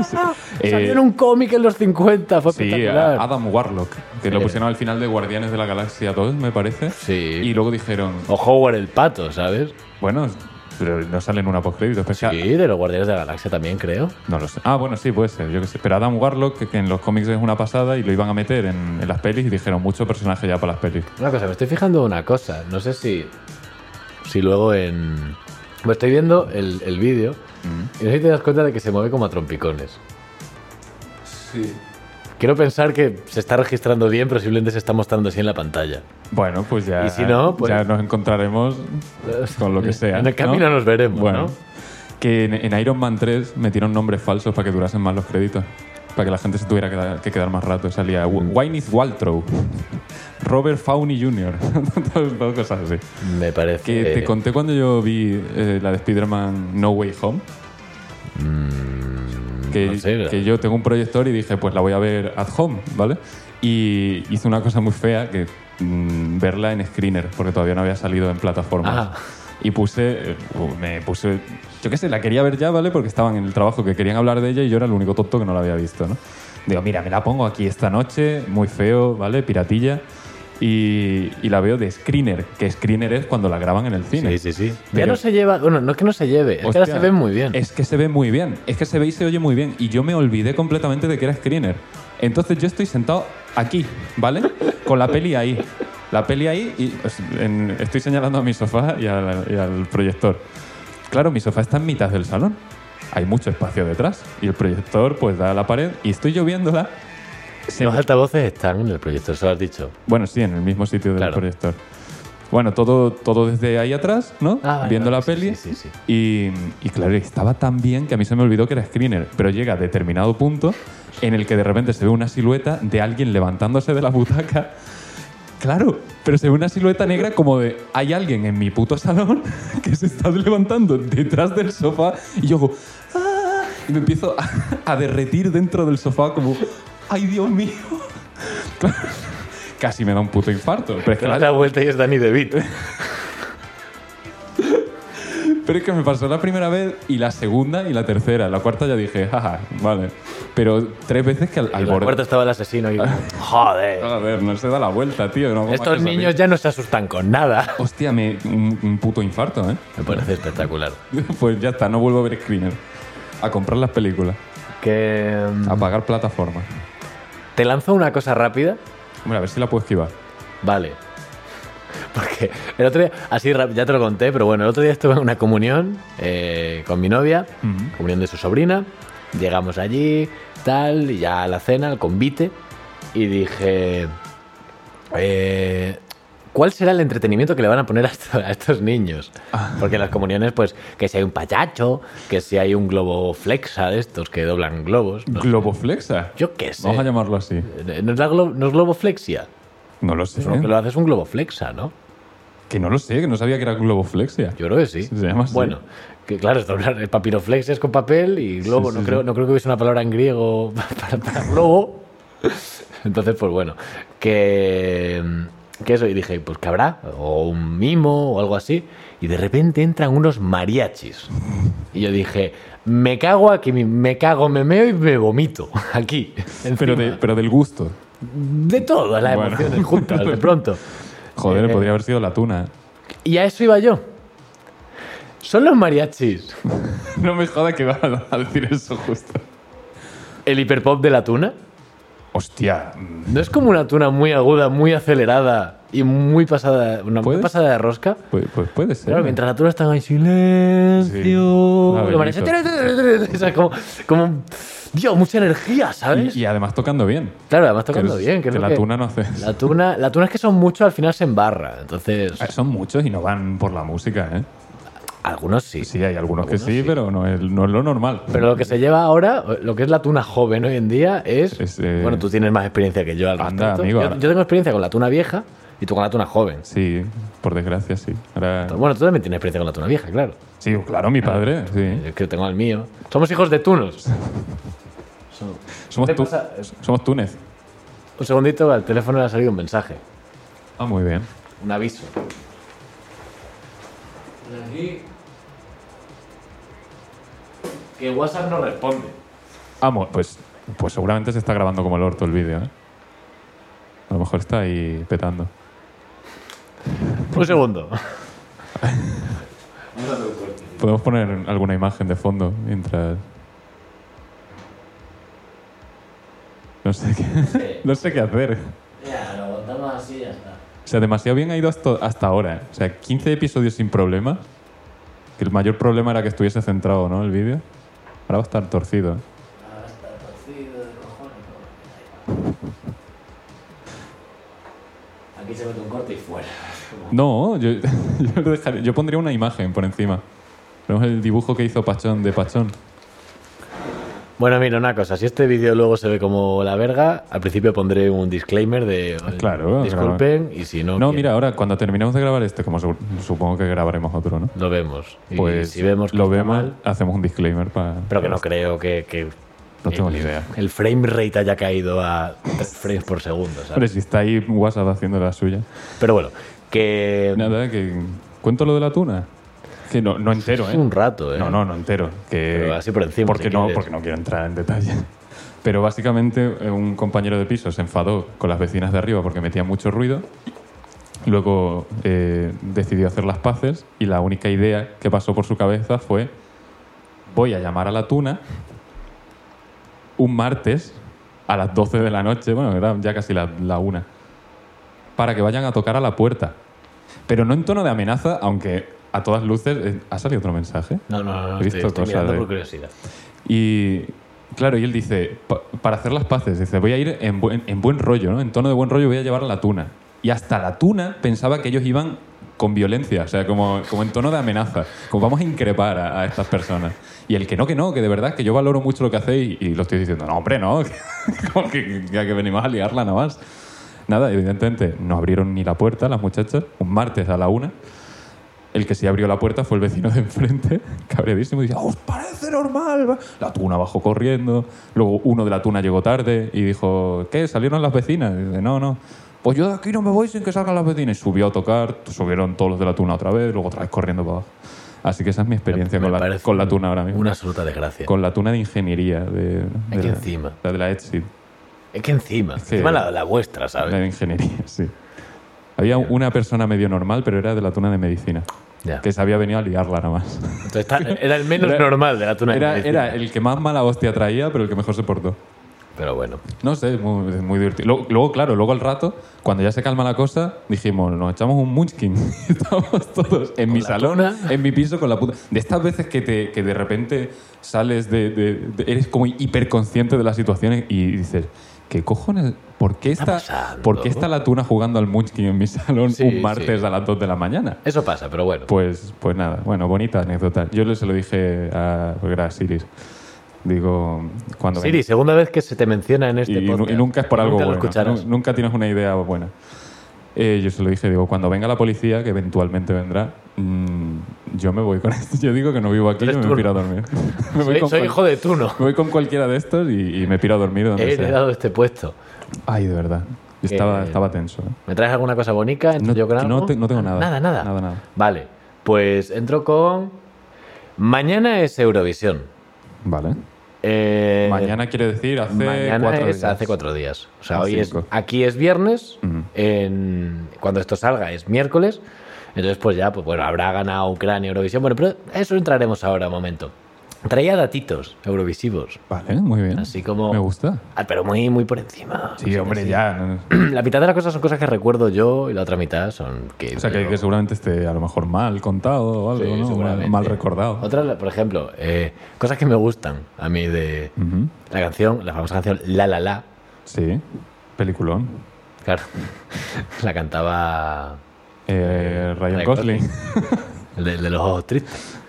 [SPEAKER 2] Eh,
[SPEAKER 1] Salió en un cómic en los 50. Fue
[SPEAKER 2] Sí,
[SPEAKER 1] espectacular.
[SPEAKER 2] a- Adam Warlock, que lo
[SPEAKER 1] Sí.
[SPEAKER 2] pusieron al final de Guardianes de la Galaxia 2, me parece.
[SPEAKER 1] Sí. Oh.
[SPEAKER 2] Y luego dijeron,
[SPEAKER 1] O Howard el Pato, ¿sabes?
[SPEAKER 2] bueno, pero no salen una postcrédito especial.
[SPEAKER 1] Sí, de los Guardianes de la Galaxia también, creo.
[SPEAKER 2] No lo sé. Ah, bueno, sí, puede ser, yo qué sé. Pero Adam Warlock, que, que en los cómics es una pasada y lo iban a meter en, en las pelis y dijeron mucho personaje ya para las pelis.
[SPEAKER 1] Una cosa, me estoy fijando una cosa. No sé si. Si luego en. Me estoy viendo el, el vídeo y no sé si te das cuenta de que se mueve como a trompicones.
[SPEAKER 2] Sí.
[SPEAKER 1] Quiero pensar que se está registrando bien, pero simplemente se está mostrando así en la pantalla.
[SPEAKER 2] Bueno, pues ya.
[SPEAKER 1] Y si no, pues-
[SPEAKER 2] Ya nos encontraremos con lo que sea.
[SPEAKER 1] En el camino nos veremos, ¿no?
[SPEAKER 2] Bueno. Que en, en Iron Man 3 metieron nombres falsos para que durasen más los créditos. Para que la gente se tuviera que, da- que quedar más rato. Salía Wy- Wyneth Waltrow, Robert Downey *laughs* Jr., todo, todo cosas así.
[SPEAKER 1] Me parece.
[SPEAKER 2] Que te conté cuando yo vi eh, la de Spider-Man No Way Home. que,
[SPEAKER 1] mm, no sé.
[SPEAKER 2] que yo tengo un proyector y dije, pues la voy a ver at home, ¿vale? Y hice una cosa muy fea, que mm, verla en screener, porque todavía no había salido en plataformas.
[SPEAKER 1] Ah.
[SPEAKER 2] Y puse, eh, uh, me puse, yo qué sé, la quería ver ya, ¿vale? Porque estaban en el trabajo que querían hablar de ella y yo era el único tonto que no la había visto, ¿no? Digo, mira, me la pongo aquí esta noche, muy feo, ¿vale? Piratilla. Y, y la veo de screener, que screener es cuando la graban en el cine.
[SPEAKER 1] Sí, sí, sí. Ya
[SPEAKER 2] Pero-
[SPEAKER 1] no se lleva. Bueno, no es que no se lleve, es que ahora
[SPEAKER 2] Hostia,
[SPEAKER 1] se ven muy bien.
[SPEAKER 2] Es que se ve muy bien. Es que se ve y se oye muy bien. Y yo me olvidé completamente de que era screener. Entonces yo estoy sentado aquí, ¿vale? Con la peli ahí. La peli ahí y pues, en- estoy señalando a mi sofá y al, y al proyector. Claro, mi sofá está en mitad del salón. Hay mucho espacio detrás. Y el proyector pues da a la pared y estoy lloviéndola. Se
[SPEAKER 1] Los
[SPEAKER 2] me-
[SPEAKER 1] altavoces están en el proyecto, eso lo has dicho.
[SPEAKER 2] bueno, sí, en el mismo sitio del
[SPEAKER 1] Claro.
[SPEAKER 2] proyector. Bueno, todo, todo desde ahí atrás, ¿no?
[SPEAKER 1] Ah, vale,
[SPEAKER 2] Viendo
[SPEAKER 1] vale,
[SPEAKER 2] la
[SPEAKER 1] sí,
[SPEAKER 2] peli.
[SPEAKER 1] sí, sí,
[SPEAKER 2] Y, y claro, estaba tan bien que a mí se me olvidó que era screener. Pero llega a determinado punto en el que de repente se ve una silueta de alguien levantándose de la butaca. Claro, pero se ve una silueta negra como de hay alguien en mi puto salón *laughs* que se está levantando detrás del sofá y yo hago, "Ah", y me empiezo a, a derretir dentro del sofá como ay Dios mío. *laughs* Claro, Casi me da un puto infarto. Pero es que,
[SPEAKER 1] Te das la vuelta y es Danny DeVito.
[SPEAKER 2] pero es que me pasó la primera vez y la segunda y la tercera. La cuarta ya dije, jaja, vale. Pero tres veces que al, al
[SPEAKER 1] Al
[SPEAKER 2] borde-
[SPEAKER 1] puerto estaba el asesino
[SPEAKER 2] *laughs*
[SPEAKER 1] y. Joder.
[SPEAKER 2] A ver, no se da la vuelta, tío. no hago más
[SPEAKER 1] Estos
[SPEAKER 2] que salir.
[SPEAKER 1] niños ya no se asustan con nada.
[SPEAKER 2] Hostia, me, un- un puto infarto, ¿eh?
[SPEAKER 1] Me parece espectacular.
[SPEAKER 2] *laughs* Pues ya está, no vuelvo a ver screener. A comprar las películas.
[SPEAKER 1] Que. mm,
[SPEAKER 2] A pagar plataformas.
[SPEAKER 1] Te lanzo una cosa rápida.
[SPEAKER 2] Hombre, a ver si la puedo esquivar.
[SPEAKER 1] Vale. Porque el otro día, así rap- ya te lo conté, pero bueno, el otro día estuve en una comunión eh, con mi novia,
[SPEAKER 2] Ujú.
[SPEAKER 1] comunión de su sobrina. Llegamos allí, tal, y ya a la cena, al convite. Y dije, eh, ¿cuál será el entretenimiento que le van a poner a, esto- a estos niños? Porque en las comuniones, pues, que si hay un payacho, que si hay un globo flexa de estos que doblan globos. no sé.
[SPEAKER 2] Globoflexa.
[SPEAKER 1] Yo qué sé.
[SPEAKER 2] Vamos a llamarlo así.
[SPEAKER 1] Eh, ¿No es, la glo- no es globoflexia?
[SPEAKER 2] No lo sé.
[SPEAKER 1] Pues lo que lo hace es un globoflexa, ¿no?
[SPEAKER 2] Que no lo sé, que no sabía que era globoflexia.
[SPEAKER 1] Yo creo que sí.
[SPEAKER 2] Se llama así.
[SPEAKER 1] Bueno, que claro, es doblar el papiroflex es con papel y globo.
[SPEAKER 2] Sí,
[SPEAKER 1] no,
[SPEAKER 2] sí,
[SPEAKER 1] creo,
[SPEAKER 2] sí.
[SPEAKER 1] no creo que hubiese una palabra en *laughs* griego para, para globo. Entonces, pues bueno, que, que eso, y dije, pues que habrá, o un mimo o algo así, y de repente entran unos mariachis. Y yo dije, me cago aquí, me cago, me meo y me vomito *laughs* aquí.
[SPEAKER 2] Pero,
[SPEAKER 1] encima.
[SPEAKER 2] de- pero del gusto.
[SPEAKER 1] de todas las
[SPEAKER 2] Bueno.
[SPEAKER 1] emociones juntas,
[SPEAKER 2] *laughs*
[SPEAKER 1] de pronto.
[SPEAKER 2] Joder,
[SPEAKER 1] Eh,
[SPEAKER 2] podría haber sido la tuna. *laughs*
[SPEAKER 1] Y a eso iba yo. Son los mariachis
[SPEAKER 2] No me joda que va a *laughs* decir eso justo.
[SPEAKER 1] el hiperpop de la tuna.
[SPEAKER 2] Hostia.
[SPEAKER 1] ¿No es como una tuna muy aguda, muy acelerada y muy pasada, una muy
[SPEAKER 2] ¿Puedes?
[SPEAKER 1] pasada de rosca?
[SPEAKER 2] Pues, pues puede ser.
[SPEAKER 1] Claro, mientras la tuna está en silencio.
[SPEAKER 2] Sí.
[SPEAKER 1] los mariachis- O sea, como, como, Dios, mucha energía, ¿sabes?
[SPEAKER 2] Y, y además tocando bien.
[SPEAKER 1] claro, además tocando
[SPEAKER 2] es-
[SPEAKER 1] bien. Que, es lo
[SPEAKER 2] la
[SPEAKER 1] que-
[SPEAKER 2] tuna no hace.
[SPEAKER 1] La tuna, la tuna es que son muchos, al final se embarra. Entonces,
[SPEAKER 2] Eh, Son muchos y no van por la música, ¿eh?
[SPEAKER 1] algunos sí.
[SPEAKER 2] Sí, hay algunos que sí, pero no es, no es lo normal.
[SPEAKER 1] Pero lo que se lleva ahora, lo que es la tuna joven hoy en día, es.
[SPEAKER 2] Es, eh,
[SPEAKER 1] Bueno, tú tienes más experiencia que yo al
[SPEAKER 2] anda,
[SPEAKER 1] respecto.
[SPEAKER 2] amigo,
[SPEAKER 1] yo,
[SPEAKER 2] ahora-
[SPEAKER 1] yo tengo experiencia con la tuna vieja y tú con la tuna joven.
[SPEAKER 2] Sí, por desgracia, sí. Ahora-
[SPEAKER 1] Bueno, tú también tienes experiencia con la tuna vieja, claro.
[SPEAKER 2] sí, claro, mi padre, sí.
[SPEAKER 1] Yo que tengo el mío. Somos hijos de tunos.
[SPEAKER 2] Somos,
[SPEAKER 1] ¿Qué
[SPEAKER 2] tú-
[SPEAKER 1] pasa?
[SPEAKER 2] somos Túnez.
[SPEAKER 1] Un segundito, al teléfono le ha salido un mensaje,
[SPEAKER 2] Ah, muy bien.
[SPEAKER 1] un aviso. Que WhatsApp no responde.
[SPEAKER 2] Ah, mu- pues, pues seguramente se está grabando como el orto el vídeo, ¿eh? A lo mejor está ahí petando.
[SPEAKER 1] Un segundo.
[SPEAKER 2] Podemos poner alguna imagen de fondo mientras. No sé qué, *laughs* no sé qué hacer.
[SPEAKER 1] Ya, lo montamos así ya está.
[SPEAKER 2] O sea, demasiado bien ha ido hasta, hasta ahora. ¿eh? O sea, 15 episodios sin problema. Que el mayor problema era que estuviese centrado, ¿no? El vídeo. Ahora va a estar torcido. ¿eh?
[SPEAKER 1] Aquí se mete un corte y fuera.
[SPEAKER 2] No, yo, *laughs* yo, lo dejaré- yo pondría una imagen por encima. Tenemos el dibujo que hizo Pachón de Pachón.
[SPEAKER 1] Bueno, mira, una cosa. Si este vídeo luego se ve como la verga, al principio pondré un disclaimer de...
[SPEAKER 2] Ah, Claro,
[SPEAKER 1] Disculpen y si no...
[SPEAKER 2] No,
[SPEAKER 1] quieren,
[SPEAKER 2] mira, ahora cuando terminemos de grabar este, como su- supongo que grabaremos otro, ¿no?
[SPEAKER 1] Lo vemos. Y
[SPEAKER 2] Pues
[SPEAKER 1] si vemos que
[SPEAKER 2] lo
[SPEAKER 1] está
[SPEAKER 2] vemos,
[SPEAKER 1] mal-
[SPEAKER 2] hacemos un disclaimer para.
[SPEAKER 1] Pero que no creo que... que
[SPEAKER 2] No tengo ni idea.
[SPEAKER 1] El frame rate haya caído a tres frames por segundo,
[SPEAKER 2] Hombre,
[SPEAKER 1] ¿sabes?
[SPEAKER 2] si está ahí WhatsApp haciendo la suya.
[SPEAKER 1] Pero bueno, que...
[SPEAKER 2] Nada, que. ¿Cuento lo de la tuna? Que no, no entero, ¿eh?
[SPEAKER 1] un rato, ¿eh?
[SPEAKER 2] No, no, no entero. Que
[SPEAKER 1] Pero así por encima, si
[SPEAKER 2] Porque, no,
[SPEAKER 1] quieres.
[SPEAKER 2] porque no quiero entrar en detalle. Pero básicamente eh, un compañero de piso se enfadó con las vecinas de arriba porque metía mucho ruido. Luego eh, decidió hacer las paces y la única idea que pasó por su cabeza fue voy a llamar a la tuna un martes a las 12 de la noche, bueno, era ya casi la, la una, para que vayan a tocar a la puerta. Pero no en tono de amenaza, aunque a todas luces... eh, ¿Ha salido otro mensaje?
[SPEAKER 1] No, no, no, no,
[SPEAKER 2] He
[SPEAKER 1] estoy,
[SPEAKER 2] visto
[SPEAKER 1] estoy
[SPEAKER 2] cosas
[SPEAKER 1] mirando
[SPEAKER 2] de-
[SPEAKER 1] por curiosidad.
[SPEAKER 2] Y claro, y él dice, pa- para hacer las paces, dice, voy a ir en buen, en buen rollo, ¿no? En tono de buen rollo voy a llevar a la tuna. Y hasta la tuna pensaba que ellos iban con violencia, o sea, como, como en tono de amenaza, como vamos a increpar a, a estas personas. Y el que no, que no, que de verdad, que yo valoro mucho lo que hacéis y, y lo estoy diciendo, no, hombre, no, *laughs* como que, que, que venimos a liarla nada más. Nada, evidentemente no abrieron ni la puerta las muchachas, un martes a la una. El que sí abrió la puerta fue el vecino de enfrente, *laughs* cabreadísimo, y dice, ¿os parece normal? va?". La tuna bajó corriendo, luego uno de la tuna llegó tarde y dijo, ¿qué? ¿Salieron las vecinas? Y dice, no, no. Pues yo de aquí no me voy sin que salgan las vecinas. Y subió a tocar, subieron todos los de la tuna otra vez, luego otra vez corriendo para abajo. Así que esa es mi experiencia
[SPEAKER 1] Me
[SPEAKER 2] con la,
[SPEAKER 1] parece
[SPEAKER 2] con la tuna ahora mismo.
[SPEAKER 1] Una absoluta desgracia.
[SPEAKER 2] Con la tuna de ingeniería. De, de
[SPEAKER 1] Aquí
[SPEAKER 2] la,
[SPEAKER 1] encima.
[SPEAKER 2] La de la Etsy.
[SPEAKER 1] Es que encima,
[SPEAKER 2] Sí.
[SPEAKER 1] encima la, la vuestra,
[SPEAKER 2] La
[SPEAKER 1] ¿sabes?
[SPEAKER 2] de ingeniería, *laughs* sí. Había una persona medio normal, pero era de la tuna de medicina.
[SPEAKER 1] Ya.
[SPEAKER 2] Que se había venido a liarla nada más.
[SPEAKER 1] Entonces, está- era el menos
[SPEAKER 2] *laughs* Era-
[SPEAKER 1] normal de la tuna de
[SPEAKER 2] Era,
[SPEAKER 1] Medicina.
[SPEAKER 2] era el que más mala hostia traía, pero el que mejor se portó.
[SPEAKER 1] Pero bueno,
[SPEAKER 2] No sé, es muy, es muy divertido. Luego, luego, claro, luego al rato, cuando ya se calma la cosa, dijimos, nos echamos un munchkin. *laughs* Estábamos todos en mi
[SPEAKER 1] la
[SPEAKER 2] salón,
[SPEAKER 1] tuna.
[SPEAKER 2] en mi piso, con la puta... De estas veces que, te, que de repente sales de, de- de- Eres como hiperconsciente de las situaciones y dices... ¿Qué cojones? ¿Por qué
[SPEAKER 1] está
[SPEAKER 2] está,
[SPEAKER 1] pasando?
[SPEAKER 2] ¿por qué está la tuna jugando al Munchkin en mi salón
[SPEAKER 1] Sí,
[SPEAKER 2] un martes
[SPEAKER 1] sí.
[SPEAKER 2] a las 2 de la mañana?
[SPEAKER 1] eso pasa, pero bueno.
[SPEAKER 2] Pues, pues nada, bueno, bonita anécdota. Yo le- se lo dije a, porque era Siris. Digo, cuando...
[SPEAKER 1] Siri, segunda vez que se te menciona en este
[SPEAKER 2] y, nu-
[SPEAKER 1] podcast.
[SPEAKER 2] y nunca es por algo
[SPEAKER 1] Nunca lo
[SPEAKER 2] bueno.
[SPEAKER 1] escucharás.
[SPEAKER 2] Nu- Nunca tienes una idea buena. Eh, yo se lo dije, digo, cuando venga la policía, que eventualmente vendrá, mm, yo me voy con esto. Yo digo que no vivo aquí,
[SPEAKER 1] Eres
[SPEAKER 2] yo me
[SPEAKER 1] tú.
[SPEAKER 2] piro a dormir. *laughs* me
[SPEAKER 1] Soy,
[SPEAKER 2] con
[SPEAKER 1] soy
[SPEAKER 2] cual-
[SPEAKER 1] hijo de Tuno.
[SPEAKER 2] me voy con cualquiera de estos y, y me piro a dormir donde
[SPEAKER 1] He
[SPEAKER 2] sea.
[SPEAKER 1] heredado este puesto.
[SPEAKER 2] Ay, de verdad. Yo Estaba,
[SPEAKER 1] Eh,
[SPEAKER 2] estaba tenso. ¿eh?
[SPEAKER 1] ¿Me traes alguna cosa bonita? ¿Entro
[SPEAKER 2] No-
[SPEAKER 1] yo con algo?
[SPEAKER 2] no te- no tengo nada.
[SPEAKER 1] Nada, nada.
[SPEAKER 2] Nada, nada.
[SPEAKER 1] Vale, pues entro con. Mañana es Eurovisión.
[SPEAKER 2] Vale.
[SPEAKER 1] Eh,
[SPEAKER 2] mañana quiere decir hace
[SPEAKER 1] mañana
[SPEAKER 2] cuatro
[SPEAKER 1] es
[SPEAKER 2] días.
[SPEAKER 1] hace cuatro días. O sea,
[SPEAKER 2] Ah,
[SPEAKER 1] hoy es,
[SPEAKER 2] cinco.
[SPEAKER 1] aquí es viernes.
[SPEAKER 2] Ujú.
[SPEAKER 1] en- cuando esto salga es miércoles. Entonces, pues ya, pues bueno, habrá ganado Ucrania Eurovisión. Bueno, pero eso entraremos ahora un momento. Traía datitos eurovisivos.
[SPEAKER 2] Vale, muy bien.
[SPEAKER 1] Así como-
[SPEAKER 2] Me gusta.
[SPEAKER 1] Ah, pero muy, muy por encima.
[SPEAKER 2] Sí, hombre, ya. no,
[SPEAKER 1] *clears throat*
[SPEAKER 2] no.
[SPEAKER 1] La mitad de las cosas son cosas que recuerdo yo y la otra mitad son que.
[SPEAKER 2] O sea, que, que seguramente esté a lo mejor mal contado o algo,
[SPEAKER 1] Sí,
[SPEAKER 2] ¿no?
[SPEAKER 1] seguramente.
[SPEAKER 2] Mal, mal recordado.
[SPEAKER 1] Otra, por ejemplo, eh, cosas que me gustan a mí de
[SPEAKER 2] Ujú.
[SPEAKER 1] la canción, la famosa canción La La La.
[SPEAKER 2] Sí, peliculón.
[SPEAKER 1] Claro, *laughs* la cantaba
[SPEAKER 2] Eh, Ryan
[SPEAKER 1] Ryan
[SPEAKER 2] Gosling.
[SPEAKER 1] el de, el de los ojos tristes.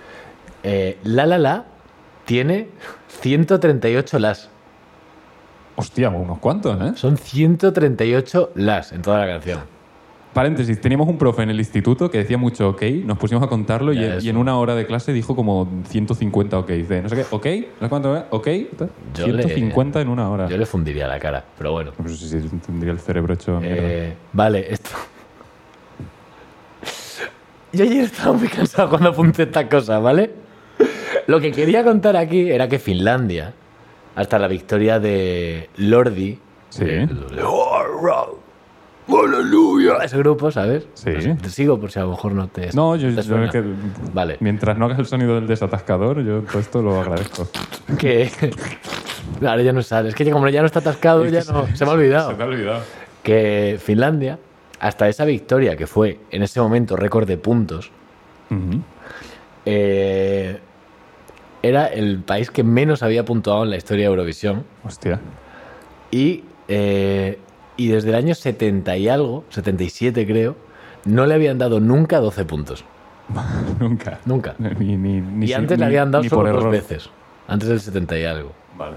[SPEAKER 1] Eh, la La La tiene 138 las.
[SPEAKER 2] *laughs* Hostia, unos cuantos, ¿eh?
[SPEAKER 1] Son 138 las en toda la canción.
[SPEAKER 2] Paréntesis, teníamos un profe en el instituto que decía mucho ok, nos pusimos a contarlo y,
[SPEAKER 1] Ya, eso.
[SPEAKER 2] y en una hora de clase dijo como 150 ok, de no sé qué, ok, no sé cuánto, eh, ok, tal.
[SPEAKER 1] Yo
[SPEAKER 2] 150
[SPEAKER 1] le-
[SPEAKER 2] en una hora.
[SPEAKER 1] Yo le fundiría la cara, pero bueno.
[SPEAKER 2] No sé si tendría el cerebro hecho mierda.
[SPEAKER 1] Eh, vale, esto. *laughs* Yo ayer estaba muy cansado cuando apunté estas cosas, ¿vale? Lo que quería contar aquí era que Finlandia, hasta la victoria de Lordi,
[SPEAKER 2] Sí.
[SPEAKER 1] el- ¡Oh, Rob! ¡Aleluya! ese grupo, ¿sabes?
[SPEAKER 2] Sí.
[SPEAKER 1] No sé, te sigo por si a lo mejor no te.
[SPEAKER 2] No, yo,
[SPEAKER 1] te
[SPEAKER 2] yo
[SPEAKER 1] suena.
[SPEAKER 2] es que-
[SPEAKER 1] Vale.
[SPEAKER 2] mientras no hagas el sonido del desatascador, yo todo esto lo agradezco.
[SPEAKER 1] Que. *laughs* Claro, ya no sale. Es que como ya no está atascado, ya no. Se me ha olvidado.
[SPEAKER 2] *laughs* Se te ha olvidado.
[SPEAKER 1] que Finlandia, hasta esa victoria que fue en ese momento récord de puntos,
[SPEAKER 2] Ujú.
[SPEAKER 1] eh, era el país que menos había puntuado en la historia de Eurovisión.
[SPEAKER 2] Hostia. *laughs*
[SPEAKER 1] Y, eh, y desde el año 70 y algo, 77 creo, no le habían dado nunca 12 puntos.
[SPEAKER 2] Nunca.
[SPEAKER 1] Nunca.
[SPEAKER 2] Ni, ni, ni
[SPEAKER 1] y
[SPEAKER 2] si-
[SPEAKER 1] antes le
[SPEAKER 2] ni-
[SPEAKER 1] habían dado
[SPEAKER 2] ni
[SPEAKER 1] solo
[SPEAKER 2] por
[SPEAKER 1] dos
[SPEAKER 2] error.
[SPEAKER 1] veces. Antes del 70 y algo.
[SPEAKER 2] Vale.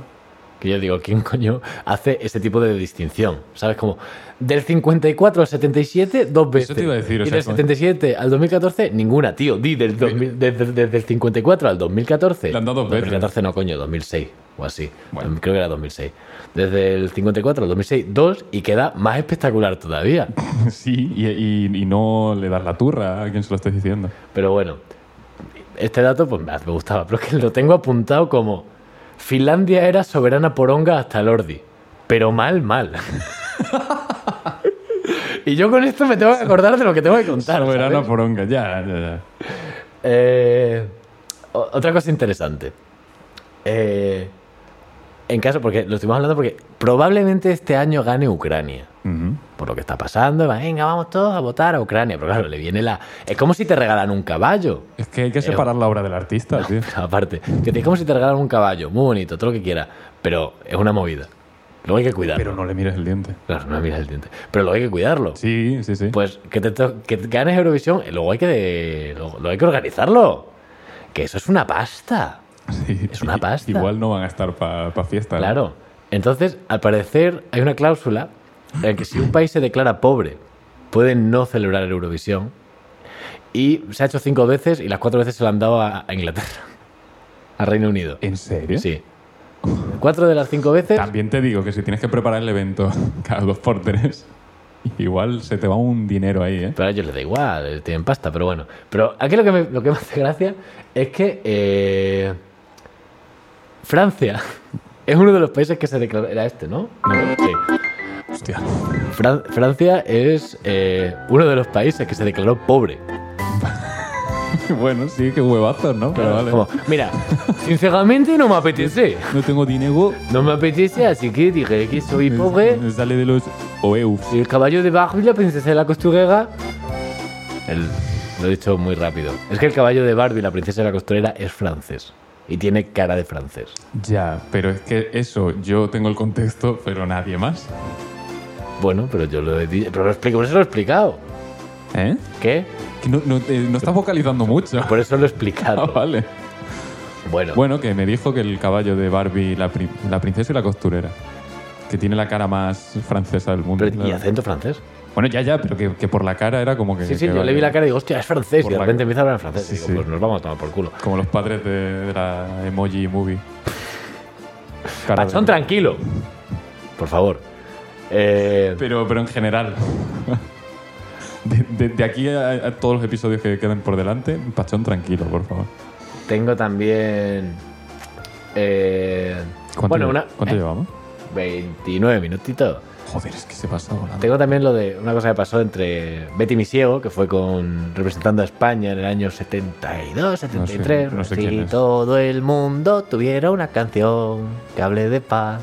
[SPEAKER 1] Que yo digo, ¿quién coño hace ese tipo de distinción? ¿Sabes? Como del 54 al 77, dos veces.
[SPEAKER 2] te iba a decir, o
[SPEAKER 1] Y
[SPEAKER 2] sea,
[SPEAKER 1] del
[SPEAKER 2] como-
[SPEAKER 1] 77 al 2014, ninguna, tío. Di del 2000 desde, desde el 54 al 2014.
[SPEAKER 2] Le han dado dos veces.
[SPEAKER 1] 2014 no, coño, 2006 o así.
[SPEAKER 2] Bueno.
[SPEAKER 1] Creo que era 2006. Desde el 54 al 2006, dos y queda más espectacular todavía.
[SPEAKER 2] *laughs* Sí, y, y- y no le das la turra a quien se lo estés diciendo.
[SPEAKER 1] Pero bueno, este dato pues me me gustaba, pero es que lo tengo apuntado como Finlandia era soberana poronga hasta Lordi, pero mal, mal. *laughs* y yo con esto me tengo que acordar de lo que tengo que contar.
[SPEAKER 2] Soberana
[SPEAKER 1] Ah, ¿sabes?
[SPEAKER 2] poronga, ya, ya, ya.
[SPEAKER 1] Eh, o- otra cosa interesante. Eh, en caso, porque lo estuvimos hablando porque probablemente este año gane Ucrania
[SPEAKER 2] Ujú.
[SPEAKER 1] por lo que está pasando, va, venga, vamos todos a votar a Ucrania, pero claro, le viene la... Es como si te regalan un caballo.
[SPEAKER 2] Es que hay que separar la obra del artista, tío.
[SPEAKER 1] *laughs* Aparte, que te- es como si te regalan un caballo, muy bonito, todo lo que quiera, pero es una movida. Luego hay que cuidarlo.
[SPEAKER 2] Pero no le mires el diente.
[SPEAKER 1] Claro, no mires el diente. Pero luego hay que cuidarlo.
[SPEAKER 2] Sí, sí, sí.
[SPEAKER 1] Pues que te to- que te ganes Eurovisión, eh, luego hay que de- luego, luego hay que organizarlo. Que eso es una pasta.
[SPEAKER 2] Sí.
[SPEAKER 1] es una pasta.
[SPEAKER 2] Igual no van a estar para fiesta. ¿no?
[SPEAKER 1] Claro. Entonces, al parecer, hay una cláusula en que si
[SPEAKER 2] *coughs*
[SPEAKER 1] un país se declara pobre, puede no celebrar el Eurovisión. Y se ha hecho cinco veces y las cuatro veces se lo han dado a, a Inglaterra, *laughs* a Reino Unido.
[SPEAKER 2] ¿En serio?
[SPEAKER 1] Sí. Cuatro de las cinco veces.
[SPEAKER 2] También te digo que si tienes que preparar el evento *laughs* cada dos por tres, igual se te va un dinero ahí, ¿eh?
[SPEAKER 1] Pero a ellos les da igual, eh, tienen pasta, pero bueno. Pero aquí lo que me, lo que me hace gracia es que eh, Francia *laughs* es uno de los países que se declaró. Era este, ¿no? Sí.
[SPEAKER 2] Hostia.
[SPEAKER 1] Fran- Francia es eh, uno de los países que se declaró pobre.
[SPEAKER 2] *laughs* bueno, sí, qué huevazos, ¿no? Pero vale.
[SPEAKER 1] Como, mira, sinceramente no me apetece.
[SPEAKER 2] No tengo dinero.
[SPEAKER 1] No me apetece, así que dije que soy pobre.
[SPEAKER 2] Me Sale de los OEU.
[SPEAKER 1] Y el caballo de Barbie, la princesa de la costurera. El- lo he dicho muy rápido. Es que el caballo de Barbie, la princesa de la costurera, es francés. Y tiene cara de francés.
[SPEAKER 2] Ya, pero es que eso, yo tengo el contexto, pero nadie más.
[SPEAKER 1] Bueno, pero yo lo he dicho. Pero lo explico, por eso lo he explicado.
[SPEAKER 2] ¿Eh?
[SPEAKER 1] ¿Qué?
[SPEAKER 2] Que no, no, eh, no estás vocalizando mucho.
[SPEAKER 1] Por eso lo he
[SPEAKER 2] *laughs* Ah,
[SPEAKER 1] explicado.
[SPEAKER 2] vale.
[SPEAKER 1] Bueno,
[SPEAKER 2] Bueno, que me dijo que el caballo de Barbie, la, pri- la princesa y la costurera. Que tiene la cara más francesa del mundo.
[SPEAKER 1] pero- ¿y
[SPEAKER 2] claro.
[SPEAKER 1] acento francés?
[SPEAKER 2] Bueno, ya, ya, pero que, que por la cara era como que.
[SPEAKER 1] Sí, sí,
[SPEAKER 2] que
[SPEAKER 1] yo
[SPEAKER 2] vale.
[SPEAKER 1] le vi la cara y digo, hostia, es francés.
[SPEAKER 2] Por
[SPEAKER 1] y de
[SPEAKER 2] la-
[SPEAKER 1] repente empieza a hablar en francés.
[SPEAKER 2] Sí,
[SPEAKER 1] y digo,
[SPEAKER 2] sí.
[SPEAKER 1] pues nos vamos a tomar por culo.
[SPEAKER 2] Como los padres de, de la emoji movie. Cara de-
[SPEAKER 1] Pachón, tranquilo. Por favor. Eh,
[SPEAKER 2] Pero, pero en general. De, de- de aquí a, a todos los episodios que queden por delante, Pachón, tranquilo, por favor.
[SPEAKER 1] tengo también. eh,
[SPEAKER 2] ¿Cuánto,
[SPEAKER 1] bueno,
[SPEAKER 2] lle-
[SPEAKER 1] una.
[SPEAKER 2] ¿cuánto
[SPEAKER 1] eh,
[SPEAKER 2] llevamos?
[SPEAKER 1] 29 minutitos.
[SPEAKER 2] Joder, es que se pasa volando.
[SPEAKER 1] Tengo también lo de una cosa que pasó entre Betty Misiego, que fue con representando a España en el año 72, 73.
[SPEAKER 2] no sé
[SPEAKER 1] así
[SPEAKER 2] quién es.
[SPEAKER 1] todo el mundo tuviera una canción que hable de paz.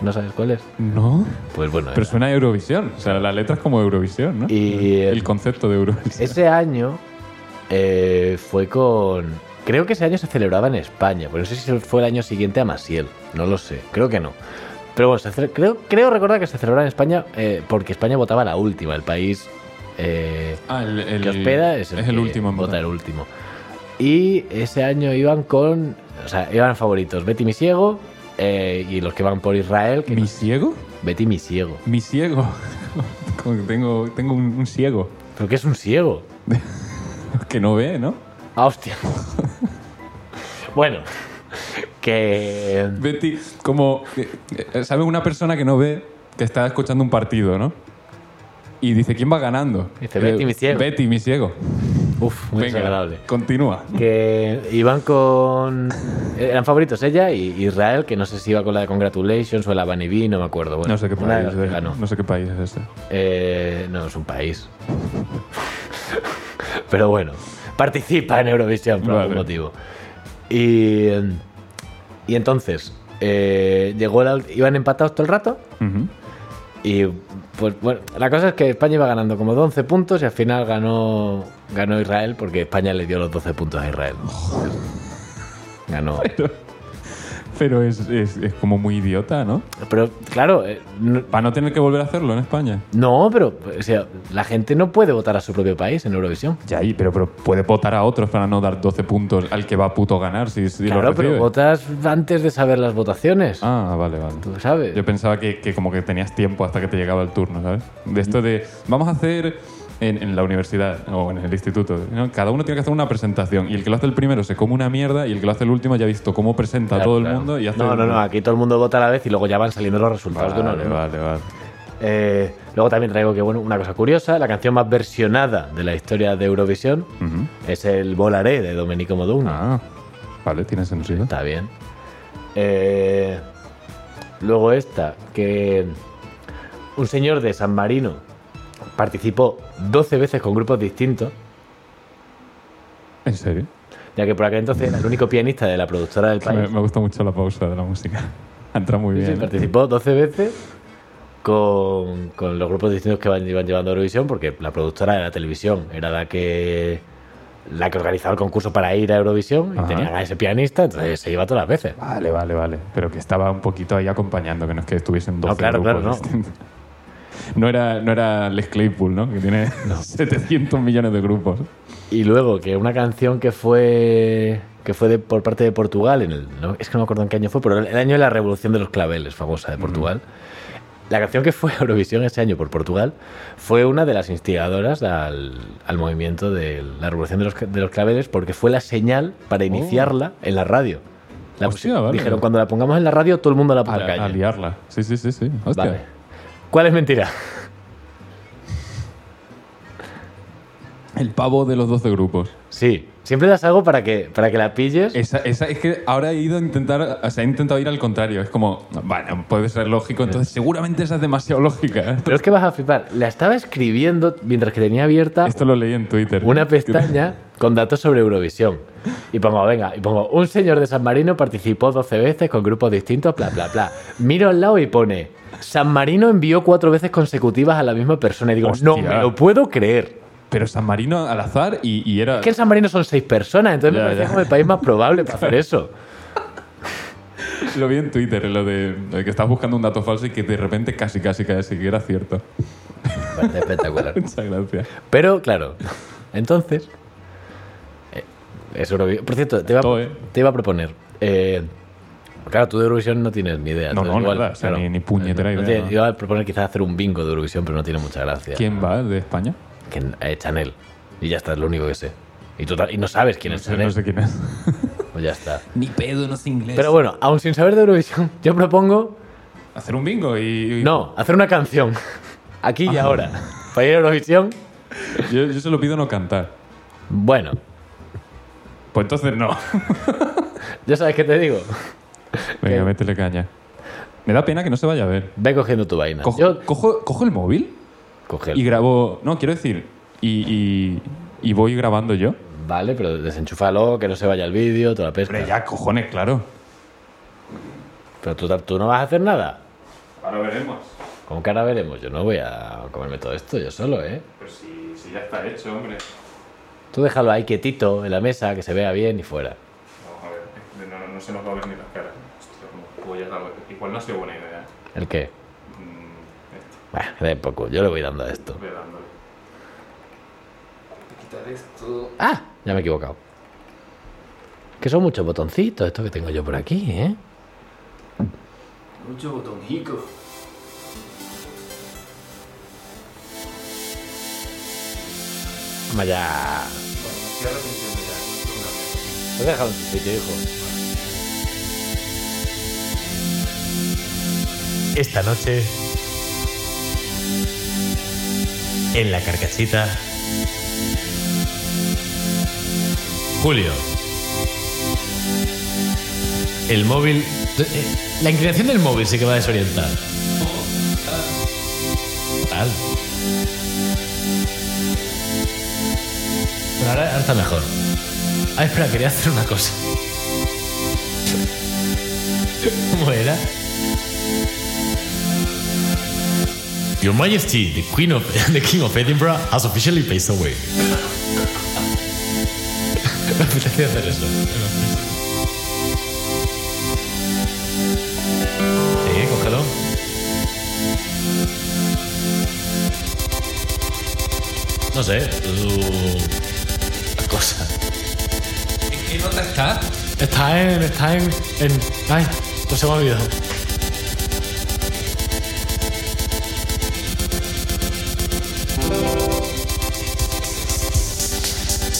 [SPEAKER 1] ¿No sabes cuál es?
[SPEAKER 2] ¿No?
[SPEAKER 1] Pues bueno,
[SPEAKER 2] Pero
[SPEAKER 1] era.
[SPEAKER 2] suena a Eurovisión. O sea, la letra es como Eurovisión, ¿no?
[SPEAKER 1] Y el-
[SPEAKER 2] el concepto de Eurovisión.
[SPEAKER 1] ese año eh, fue con. Creo que ese año se celebraba en España, pero no sé si fue el año siguiente a Masiel, no lo sé, creo que no. Pero bueno, se cele- creo, creo recordar que se celebraba en España eh, porque España votaba la última, el país. eh,
[SPEAKER 2] Ah, el, el-
[SPEAKER 1] el que hospeda es el, que
[SPEAKER 2] último en
[SPEAKER 1] vota
[SPEAKER 2] votar.
[SPEAKER 1] el último. Y ese año iban con. O sea, iban favoritos Betty Misiego eh, y los que van por Israel. Que
[SPEAKER 2] ¿Mi ciego?
[SPEAKER 1] Betty Misiego.
[SPEAKER 2] Mi ciego. *laughs* Como que tengo tengo un, un ciego
[SPEAKER 1] ¿Pero qué es un ciego?
[SPEAKER 2] que no ve, ¿no?
[SPEAKER 1] Ah,
[SPEAKER 2] *laughs*
[SPEAKER 1] hostia. bueno, que.
[SPEAKER 2] Betty, como. eh, ¿Sabe una persona que no ve que está escuchando un partido, no? Y dice, ¿quién va ganando? Eh,
[SPEAKER 1] Dice, Betty, mi ciego.
[SPEAKER 2] Betty, mi ciego.
[SPEAKER 1] Uf, muy
[SPEAKER 2] Venga,
[SPEAKER 1] desagradable.
[SPEAKER 2] Continúa.
[SPEAKER 1] Que iban con. Eran favoritos ella y Israel, que no sé si iba con la de Congratulations o la Bunny B, no me acuerdo. Bueno,
[SPEAKER 2] No sé qué
[SPEAKER 1] una de
[SPEAKER 2] país eh.
[SPEAKER 1] las que
[SPEAKER 2] es. este.
[SPEAKER 1] ganó.
[SPEAKER 2] No sé qué país es ese.
[SPEAKER 1] Eh, no, es un país. *laughs* Pero bueno, participa en Eurovisión por algún
[SPEAKER 2] Vale.
[SPEAKER 1] motivo. Y, y entonces, eh, llegó la, iban empatados todo el rato.
[SPEAKER 2] Ujú.
[SPEAKER 1] Y pues bueno, la cosa es que España iba ganando como 11 puntos y al final ganó, ganó Israel porque España le dio los 12 puntos a Israel. Ganó.
[SPEAKER 2] Pero es, es- es como muy idiota, ¿no?
[SPEAKER 1] Pero claro, eh, no,
[SPEAKER 2] Para no tener que volver a hacerlo en España.
[SPEAKER 1] no, pero o sea, la gente no puede votar a su propio país en Eurovisión.
[SPEAKER 2] Ya, y- pero, pero puede votar a otros para no dar 12 puntos al que va a puto ganar si, si lo
[SPEAKER 1] Claro,
[SPEAKER 2] recibe.
[SPEAKER 1] pero votas antes de saber las votaciones.
[SPEAKER 2] Ah, vale, vale.
[SPEAKER 1] Tú sabes.
[SPEAKER 2] Yo pensaba que, que como que tenías tiempo hasta que te llegaba el turno, ¿sabes? De esto de, vamos a hacer en, en la universidad o en el instituto, ¿no? cada uno tiene que hacer una presentación y el que lo hace el primero se come una mierda y el que lo hace el último ya ha visto cómo presenta a
[SPEAKER 1] Claro,
[SPEAKER 2] todo el
[SPEAKER 1] claro.
[SPEAKER 2] mundo y hace...
[SPEAKER 1] No, no, no, aquí todo el mundo vota a la vez y luego ya van saliendo los resultados de uno. a
[SPEAKER 2] Vale,
[SPEAKER 1] uno.
[SPEAKER 2] vale, vale.
[SPEAKER 1] Eh, luego también traigo que, bueno, una cosa curiosa, la canción más versionada de la historia de Eurovisión
[SPEAKER 2] Ujú.
[SPEAKER 1] es el Volaré de Domenico Modugno.
[SPEAKER 2] Ah, vale, tiene sentido.
[SPEAKER 1] Está bien. Eh, luego esta, que un señor de San Marino participó 12 veces con grupos distintos,
[SPEAKER 2] ¿En serio?
[SPEAKER 1] ya que por aquel entonces era el único pianista de la productora del
[SPEAKER 2] Que Me,
[SPEAKER 1] país.
[SPEAKER 2] me gusta mucho la pausa de la música. *laughs* Entra muy
[SPEAKER 1] Sí, sí,
[SPEAKER 2] bien. ¿eh?
[SPEAKER 1] participó 12 veces con, con los grupos distintos que van- iban llevando a Eurovisión, porque la productora de la televisión era la que la que organizaba el concurso para ir a Eurovisión y
[SPEAKER 2] Ajá.
[SPEAKER 1] tenían a ese pianista, entonces se iba todas las veces.
[SPEAKER 2] Vale, vale, vale. Pero que estaba un poquito ahí acompañando, que no es que estuviesen 12
[SPEAKER 1] claro,
[SPEAKER 2] grupos
[SPEAKER 1] claro, no.
[SPEAKER 2] distintos. No era, no era Les Claypool, ¿no? Que tiene *laughs* 700 millones de grupos.
[SPEAKER 1] Y luego que una canción que fue que fue de- por parte de Portugal, en el, no- es que no me acuerdo en qué año fue, pero el año de la Revolución de los Claveles, famosa de Portugal. La canción que fue *laughs* a Eurovisión ese año por Portugal fue una de las instigadoras al, al movimiento de la Revolución de los, de los Claveles porque fue la señal para iniciarla en la radio. La
[SPEAKER 2] Oh. Hostia,
[SPEAKER 1] pusi-
[SPEAKER 2] vale.
[SPEAKER 1] Dijeron, cuando la pongamos en la radio, todo el mundo la
[SPEAKER 2] A,
[SPEAKER 1] pone a la
[SPEAKER 2] a
[SPEAKER 1] calle".
[SPEAKER 2] liarla. Sí, sí, sí, sí. Hostia.
[SPEAKER 1] Vale. ¿Cuál es mentira? *laughs*
[SPEAKER 2] El pavo de los 12 grupos.
[SPEAKER 1] Sí. Siempre las hago para que, para que la pilles.
[SPEAKER 2] Esa, esa- es que ahora he ido a intentar, o sea, he intentado ir al contrario. Es como, bueno, puede ser lógico, entonces seguramente esa es demasiado lógica. ¿eh?
[SPEAKER 1] Pero es que vas a flipar. La estaba escribiendo mientras que tenía abierta
[SPEAKER 2] Esto lo leí en Twitter.
[SPEAKER 1] una pestaña con datos sobre Eurovisión. Y pongo, venga, y pongo, un señor de San Marino participó 12 veces con grupos distintos, bla, bla, bla. Miro al lado y pone, San Marino envió cuatro veces consecutivas a la misma persona. Y digo, no
[SPEAKER 2] Hostia.
[SPEAKER 1] me lo puedo creer.
[SPEAKER 2] Pero San Marino al azar y, y era...
[SPEAKER 1] Es que en San Marino son seis personas, entonces
[SPEAKER 2] Ya,
[SPEAKER 1] me parecía
[SPEAKER 2] ya.
[SPEAKER 1] como el país más probable para hacer eso.
[SPEAKER 2] Lo vi en Twitter, lo de, lo de que estás buscando un dato falso y que de repente casi, casi, casi que era cierto. *laughs*
[SPEAKER 1] Parece espectacular.
[SPEAKER 2] Muchas gracias.
[SPEAKER 1] Pero, claro, entonces. eh, es Eurovi- Por cierto, te iba, a-
[SPEAKER 2] Todo, ¿eh?
[SPEAKER 1] te iba a proponer. eh, claro, tú de Eurovisión no tienes ni idea.
[SPEAKER 2] No,
[SPEAKER 1] entonces
[SPEAKER 2] no, nada, o sea, ni- ni puñetera
[SPEAKER 1] No
[SPEAKER 2] idea,
[SPEAKER 1] tiene-
[SPEAKER 2] no.
[SPEAKER 1] Iba a proponer quizás hacer un bingo de Eurovisión, pero no tiene mucha gracia.
[SPEAKER 2] ¿Quién va de España?
[SPEAKER 1] Que, eh, Chanel. Y ya está, es lo único que sé. Y, tú ta- y no sabes quién
[SPEAKER 2] No
[SPEAKER 1] es
[SPEAKER 2] sé,
[SPEAKER 1] Chanel.
[SPEAKER 2] no sé quién es.
[SPEAKER 1] Pues ya está.
[SPEAKER 2] Ni pedo, no sé
[SPEAKER 1] *laughs*
[SPEAKER 2] inglés.
[SPEAKER 1] Pero bueno, aún sin saber de Eurovisión, yo propongo
[SPEAKER 2] *laughs* Hacer un bingo y. y-
[SPEAKER 5] No, hacer una
[SPEAKER 1] *laughs*
[SPEAKER 5] canción. Aquí
[SPEAKER 2] Ah.
[SPEAKER 5] y ahora. Para ir a Eurovisión.
[SPEAKER 2] Yo, yo se lo pido no cantar.
[SPEAKER 5] Bueno,
[SPEAKER 2] Pues entonces no.
[SPEAKER 5] ya sabes qué te digo.
[SPEAKER 2] *laughs* Venga,
[SPEAKER 5] Ok.
[SPEAKER 2] métele caña. Me da pena que no se vaya a ver.
[SPEAKER 5] Ve cogiendo tu vaina.
[SPEAKER 2] Cojo,
[SPEAKER 5] Yo
[SPEAKER 2] cojo- cojo el móvil
[SPEAKER 5] coge
[SPEAKER 2] y grabo. No, quiero decir. Y, y- y voy grabando yo.
[SPEAKER 5] Vale, pero desenchúfalo, que no se vaya el vídeo, toda la pesca.
[SPEAKER 2] Hombre, ya cojones, claro.
[SPEAKER 5] Pero tú, tú no vas a hacer nada.
[SPEAKER 2] Ahora veremos.
[SPEAKER 5] Como que ahora veremos, yo no voy a comerme todo esto yo solo, ¿eh?
[SPEAKER 2] Pero si, si ya está hecho, hombre.
[SPEAKER 5] Tú déjalo ahí quietito en la mesa, que se vea bien y fuera.
[SPEAKER 2] Vamos a ver. No, se nos va a ver ni las caras. Igual no ha sido buena idea. ¿eh?
[SPEAKER 5] ¿El qué?
[SPEAKER 2] Mm,
[SPEAKER 5] Bah, da un poco, yo le voy dando a esto.
[SPEAKER 6] Quitar esto.
[SPEAKER 5] ¡Ah! Ya me he equivocado. Que son muchos botoncitos esto que tengo yo por aquí, ¿eh?
[SPEAKER 6] Mucho botonjico.
[SPEAKER 5] Vamos ya. Pues déjalo en tu sitio, hijo.
[SPEAKER 1] Esta noche, en la carcachita, Julio. El móvil... eh, La inclinación del móvil sí que va a desorientar. Tal. Pero ahora, ahora está mejor. Ah, espera, quería hacer una cosa. *laughs* ¿Cómo era? Your Majesty, the Queen of *laughs* the King of Edinburgh has officially passed away. Me apetece hacer eso. Sí, cógelo. No sé, tú- la cosa. ¿En qué nota está? Está en, está en, en, ay, no se me ha olvidado.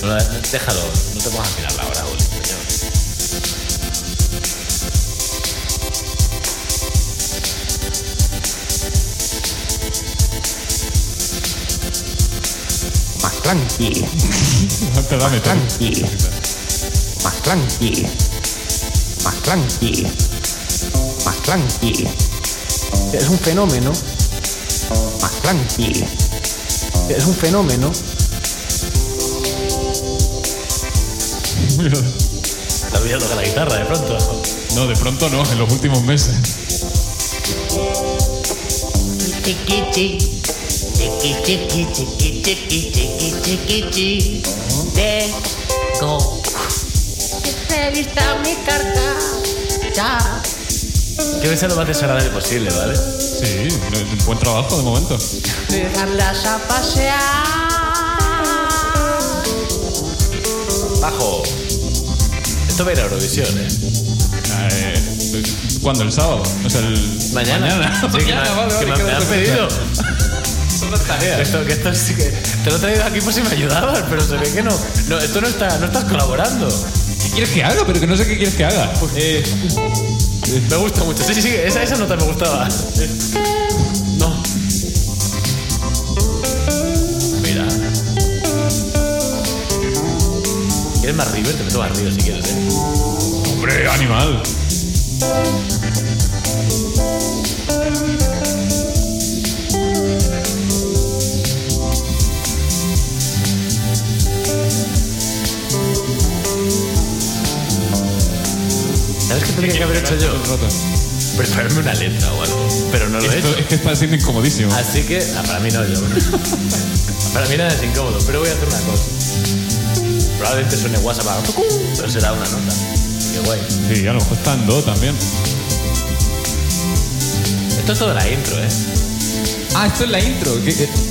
[SPEAKER 1] No, no, déjalo, no te vamos a mirar la hora, Uli, coño.
[SPEAKER 7] Más tranqui,
[SPEAKER 2] Perdón,
[SPEAKER 7] tranqui, más tranqui, más tranqui, más tranqui,
[SPEAKER 8] Es un fenómeno,
[SPEAKER 7] más tranqui,
[SPEAKER 8] es un fenómeno.
[SPEAKER 1] Te olvidado tocar la guitarra de pronto.
[SPEAKER 2] No, de pronto no, en los últimos meses.
[SPEAKER 9] Chiqui, chiqui, chiqui, chiqui, chiqui, chiqui, chiqui, chiqui. Tengo que revisar mi carta. Ya.
[SPEAKER 1] Quiero que sea lo más desagradable posible, ¿vale?
[SPEAKER 2] Sí, buen trabajo de momento.
[SPEAKER 9] Dejarlas a pasear.
[SPEAKER 1] Bajo. Esto va a ir a Eurovisión, ¿eh?
[SPEAKER 2] ¿Cuándo? ¿El sábado? O sea, el...
[SPEAKER 1] Mañana. Sí, que me- que me, me han pedido. Son las tareas. Esto, que esto sí que- te lo he traído aquí por si me ayudabas, pero se ve que no. No, esto no está, no estás colaborando. Pues,
[SPEAKER 2] ¿Qué quieres que haga? Pero que no sé qué quieres que haga. Eh,
[SPEAKER 1] Me gusta mucho. Sí, sí, sí, esa, esa nota me gustaba. No. Mira. ¿Quieres más River? Te meto más River si quieres, eh.
[SPEAKER 2] Hombre, animal.
[SPEAKER 1] ¿Sabes qué tendría que haber hecho yo? Prepararme una letra o algo. Pero no lo he hecho.
[SPEAKER 2] Esto es que está siendo incomodísimo.
[SPEAKER 1] Así que, ah, para mí no, yo. para mí nada es incómodo, pero voy a hacer una cosa. Probablemente suene WhatsApp, a- pero será una nota. Qué guay.
[SPEAKER 2] Sí, a lo mejor está en do también.
[SPEAKER 1] Esto es toda la intro, ¿eh?
[SPEAKER 2] Ah, esto es la intro.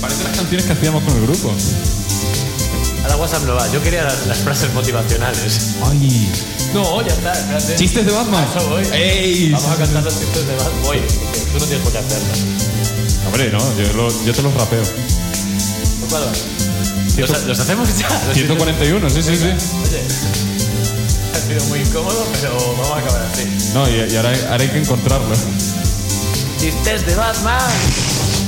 [SPEAKER 2] Parece las canciones que hacíamos con el grupo.
[SPEAKER 1] Ahora WhatsApp no va, yo quería las, las frases motivacionales.
[SPEAKER 2] Ay.
[SPEAKER 1] No, ya está, espérate.
[SPEAKER 2] ¡Chistes de Batman!
[SPEAKER 1] Eso voy.
[SPEAKER 2] ¡Ey!
[SPEAKER 1] Vamos a cantar los chistes de Bad Boy. que Tú no tienes por qué hacerlas.
[SPEAKER 2] Hombre, no, yo, lo- yo te los rapeo.
[SPEAKER 1] ¿Por cuál vas? Los, los hacemos
[SPEAKER 10] *laughs*
[SPEAKER 1] ya. Los
[SPEAKER 2] 141, sí, sí, sí.
[SPEAKER 1] Oye, ha sido muy incómodo, pero vamos a acabar así.
[SPEAKER 2] No, y, y ahora, hay- ahora hay que encontrarlo.
[SPEAKER 1] Y
[SPEAKER 10] Chistes de Batman.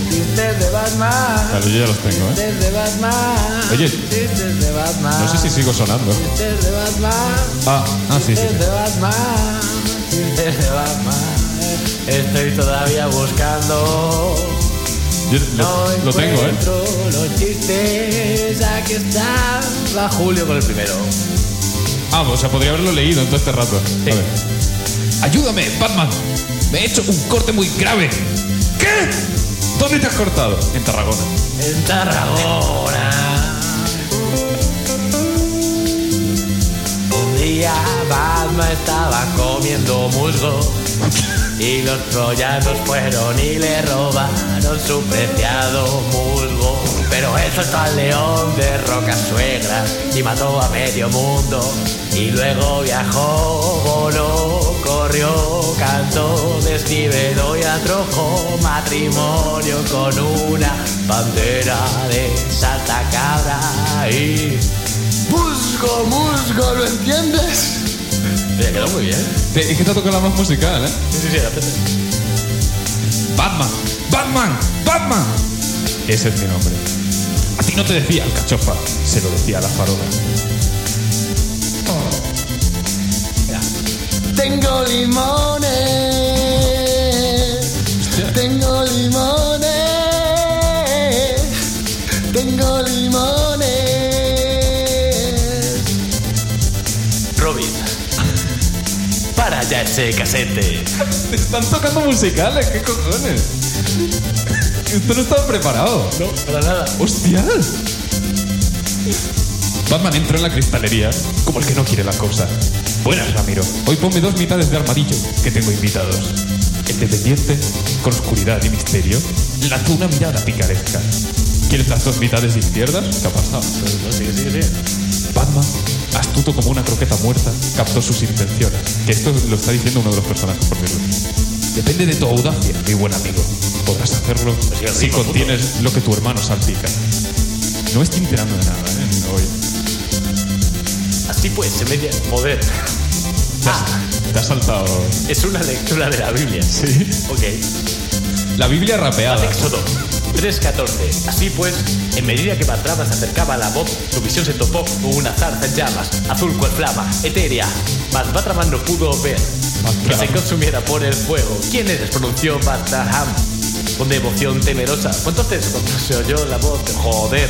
[SPEAKER 10] Chistes de Batman.
[SPEAKER 2] Claro, yo ya los tengo, ¿eh?
[SPEAKER 10] Chistes de Batman.
[SPEAKER 2] Oye.
[SPEAKER 10] Chistes de Batman.
[SPEAKER 2] No sé si sigo sonando.
[SPEAKER 10] Chistes de Batman.
[SPEAKER 2] Ah, ah sí, sí.
[SPEAKER 10] Chistes de Batman. Chistes de Batman. Estoy todavía buscando.
[SPEAKER 2] Yo lo, lo tengo, ¿eh?
[SPEAKER 10] encuentro Los chistes. Aquí están. Va Julio con el primero.
[SPEAKER 2] Ah, o sea, podría haberlo leído en todo este rato. A ver. Ayúdame, Batman. Me he hecho un corte muy grave. ¿Qué? ¿Dónde te has cortado? En Tarragona.
[SPEAKER 10] En Tarragona. Un día Batman estaba comiendo musgo y los troyanos fueron y le robaron su preciado musgo. Pero él soltó al león de rocas suegras y mató a medio mundo. Y luego viajó, voló, corrió, cantó, desniveló y atrojó matrimonio con una bandera de Santa Cabra y... ¡Musgo, musgo! ¿Lo entiendes? Te quedó muy bien.
[SPEAKER 2] Te- Es que te ha tocado la más musical, ¿eh?
[SPEAKER 10] Sí, sí, sí, apriétale.
[SPEAKER 2] Batman, Batman, Batman. Ese es mi nombre. A ti no te decía el cachofa, se lo decía a la farola.
[SPEAKER 10] Tengo limones. Tengo limones. Tengo limones. Robin. Para ya ese casete.
[SPEAKER 2] Te están tocando musicales, ¿qué cojones? Esto no estaba preparado.
[SPEAKER 10] No, para nada.
[SPEAKER 2] ¡Hostias! Batman entró en la cristalería como el que no quiere la cosa. Buenas, Ramiro. Hoy ponme dos mitades de armadillo que tengo invitados. El dependiente con oscuridad y misterio lanzó una mirada picaresca. ¿Quieres las dos mitades izquierdas? ¿Qué ha pasado? Batman, astuto como una croqueta muerta, captó sus intenciones. Que esto lo está diciendo uno de los personajes, por cierto. Depende de tu audacia, mi buen amigo. Podrás hacerlo si contienes lo que tu hermano salpica. No estoy enterando de nada, ¿eh? No, oye.
[SPEAKER 10] Así pues, se media poder.
[SPEAKER 2] Te has, te has saltado.
[SPEAKER 10] Es una lectura de la Biblia.
[SPEAKER 2] Sí.
[SPEAKER 10] Ok.
[SPEAKER 2] La Biblia rapeada.
[SPEAKER 10] Éxodo 3.14. Así pues, en medida que Batraba se acercaba a la voz, su visión se topó con una zarza en llamas, azul cual flama, etérea. Mas Batraman no pudo ver que
[SPEAKER 2] Batraman.
[SPEAKER 10] se consumiera por el fuego. ¿Quién eres? pronunció Batraham con devoción temerosa. Fue entonces cuando se oyó la voz de joder.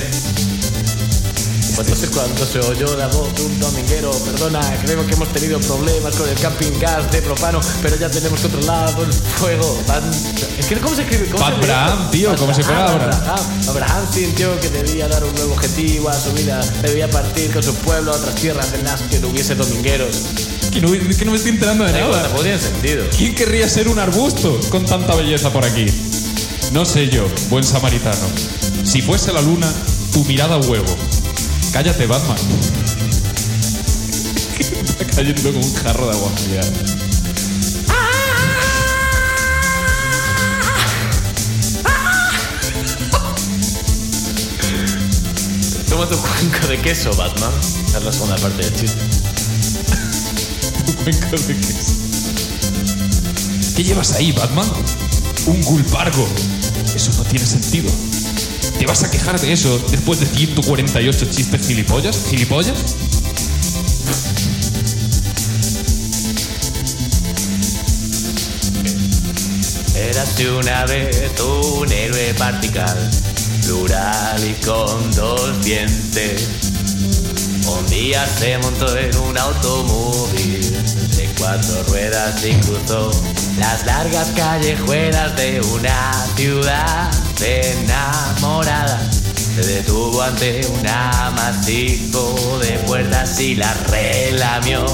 [SPEAKER 10] Fue entonces cuando se oyó la voz de un dominguero. Perdona, creo que hemos tenido problemas con el camping gas de propano, pero ya tenemos controlado el fuego. Van- Es que ¿cómo se escribe? ¿Cómo se lee esto?
[SPEAKER 2] Abraham, tío, como si fuera
[SPEAKER 10] Abraham,
[SPEAKER 2] Abraham.
[SPEAKER 10] Abraham. Abraham sintió que debía dar un nuevo objetivo a su vida. Debía partir con su pueblo a otras tierras en las que no hubiese domingueros.
[SPEAKER 2] Que no, que no me estoy enterando de nada.
[SPEAKER 10] No tiene sentido.
[SPEAKER 2] ¿Quién querría ser un arbusto con tanta belleza por aquí? No sé yo, buen samaritano. Si fuese la luna, tu mirada huevo. Cállate, Batman. Está cayendo como un jarro de agua fría.
[SPEAKER 10] Toma tu cuenco de queso, Batman. Esa es la segunda parte del chiste.
[SPEAKER 2] Un cuenco de queso. ¿Qué llevas ahí, Batman? Un gulpargo. Eso no tiene sentido. ¿Te vas a quejar de eso después de 148 chistes gilipollas? ¿Gilipollas?
[SPEAKER 10] Érase una vez un héroe partical, plural y con dos dientes. Un día se montó en un automóvil de cuatro ruedas y cruzó las largas callejuelas de una ciudad enamorada. Se detuvo ante un amasijo de puertas y las relamió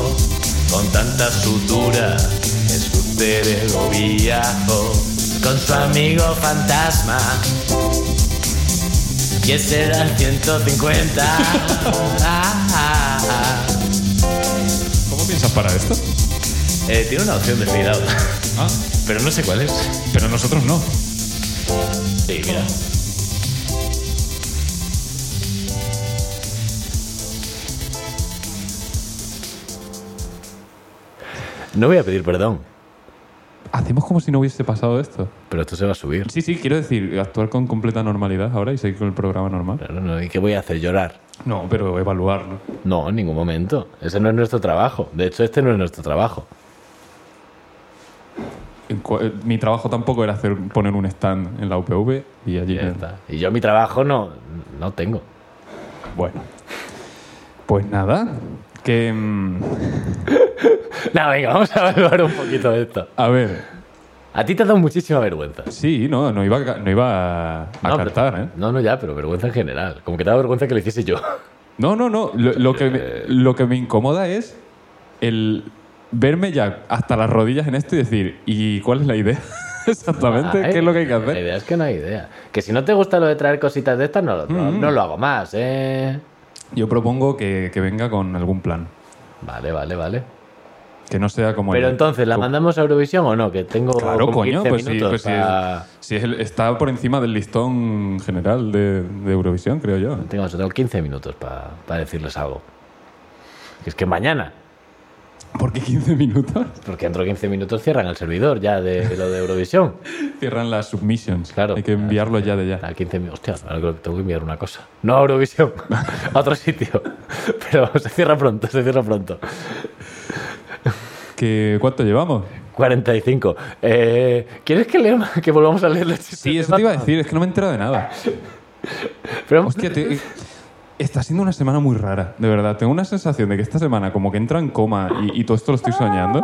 [SPEAKER 10] con tanta sutura que su cerebro viajó con su amigo fantasma y ese era el 150. *laughs* Ah, ah, ah.
[SPEAKER 2] ¿Cómo piensas para esto?
[SPEAKER 10] Eh, tiene una opción de fade out,
[SPEAKER 2] Ah,
[SPEAKER 10] pero no sé cuál es.
[SPEAKER 2] pero nosotros no.
[SPEAKER 10] Sí, mira.
[SPEAKER 1] No voy a pedir perdón.
[SPEAKER 2] hacemos como si no hubiese pasado esto.
[SPEAKER 1] Pero esto se va a subir.
[SPEAKER 2] Sí, sí, quiero decir, actuar con completa normalidad ahora y seguir con el programa normal.
[SPEAKER 1] Claro, no, ¿Y qué voy a hacer? ¿Llorar?
[SPEAKER 2] No, pero evaluarlo.
[SPEAKER 1] No, en ningún momento. Ese no es nuestro trabajo. De hecho, este no es nuestro trabajo.
[SPEAKER 2] En cu- eh, Mi trabajo tampoco era hacer poner un stand en la UPV y allí.
[SPEAKER 1] Ya está. Y yo mi trabajo no, no *laughs* tengo.
[SPEAKER 2] Bueno. Pues nada, que. mm,
[SPEAKER 1] No, venga, vamos a evaluar un poquito esto.
[SPEAKER 2] A ver,
[SPEAKER 1] A ti te ha dado muchísima vergüenza.
[SPEAKER 2] sí, no, no iba a, no iba a, a
[SPEAKER 1] No, pero-
[SPEAKER 2] cantar, ¿eh?
[SPEAKER 1] No, no, ya, pero vergüenza en general. Como que te da vergüenza que lo hiciese yo.
[SPEAKER 2] No, no, no. Lo, lo que, me- lo que me incomoda es el verme ya hasta las rodillas en esto y decir, ¿y cuál es la idea? *laughs* Exactamente,
[SPEAKER 1] Ay,
[SPEAKER 2] ¿qué es lo que hay que
[SPEAKER 1] La
[SPEAKER 2] hacer?
[SPEAKER 1] idea es que no hay idea. Que si no te gusta lo de traer cositas de estas, no, lo- no-
[SPEAKER 2] Mm.
[SPEAKER 1] no lo hago más, ¿eh?
[SPEAKER 2] Yo propongo que, que venga con algún plan.
[SPEAKER 1] Vale, vale, vale.
[SPEAKER 2] Que no sea como...
[SPEAKER 1] Pero
[SPEAKER 2] el-
[SPEAKER 1] entonces, ¿la
[SPEAKER 2] como-
[SPEAKER 1] mandamos a Eurovisión o no? Que tengo
[SPEAKER 2] Claro,
[SPEAKER 1] como
[SPEAKER 2] coño,
[SPEAKER 1] 15
[SPEAKER 2] pues sí,
[SPEAKER 1] minutos
[SPEAKER 2] pues sí,
[SPEAKER 1] para-
[SPEAKER 2] es- sí, es el- está por encima del listón general de, de Eurovisión, creo yo.
[SPEAKER 1] Tengo, tengo 15 minutos para decirles algo. Que Es que mañana,
[SPEAKER 2] ¿Por qué 15 minutos?
[SPEAKER 1] porque dentro de 15 minutos cierran el servidor ya de, de lo de Eurovisión. *laughs*
[SPEAKER 2] Cierran las submissions.
[SPEAKER 1] Claro.
[SPEAKER 2] Hay que enviarlo ya de ya.
[SPEAKER 1] A 15 mi- Hostia, ahora creo que tengo que enviar una cosa. No a Eurovisión, *laughs* a otro sitio. *laughs* Pero se cierra pronto, se cierra pronto.
[SPEAKER 2] ¿Que ¿Cuánto llevamos?
[SPEAKER 1] 45. Eh, ¿Quieres que leemos, *laughs* que volvamos a leer los chistes?
[SPEAKER 2] Sí,
[SPEAKER 1] de
[SPEAKER 2] eso te iba a
[SPEAKER 1] Batman?
[SPEAKER 2] decir, es que no me he enterado de nada.
[SPEAKER 1] Pero-
[SPEAKER 2] Hostia, te- está siendo una semana muy rara, de verdad. Tengo una sensación de que esta semana como que entra en coma y, y todo esto lo estoy soñando.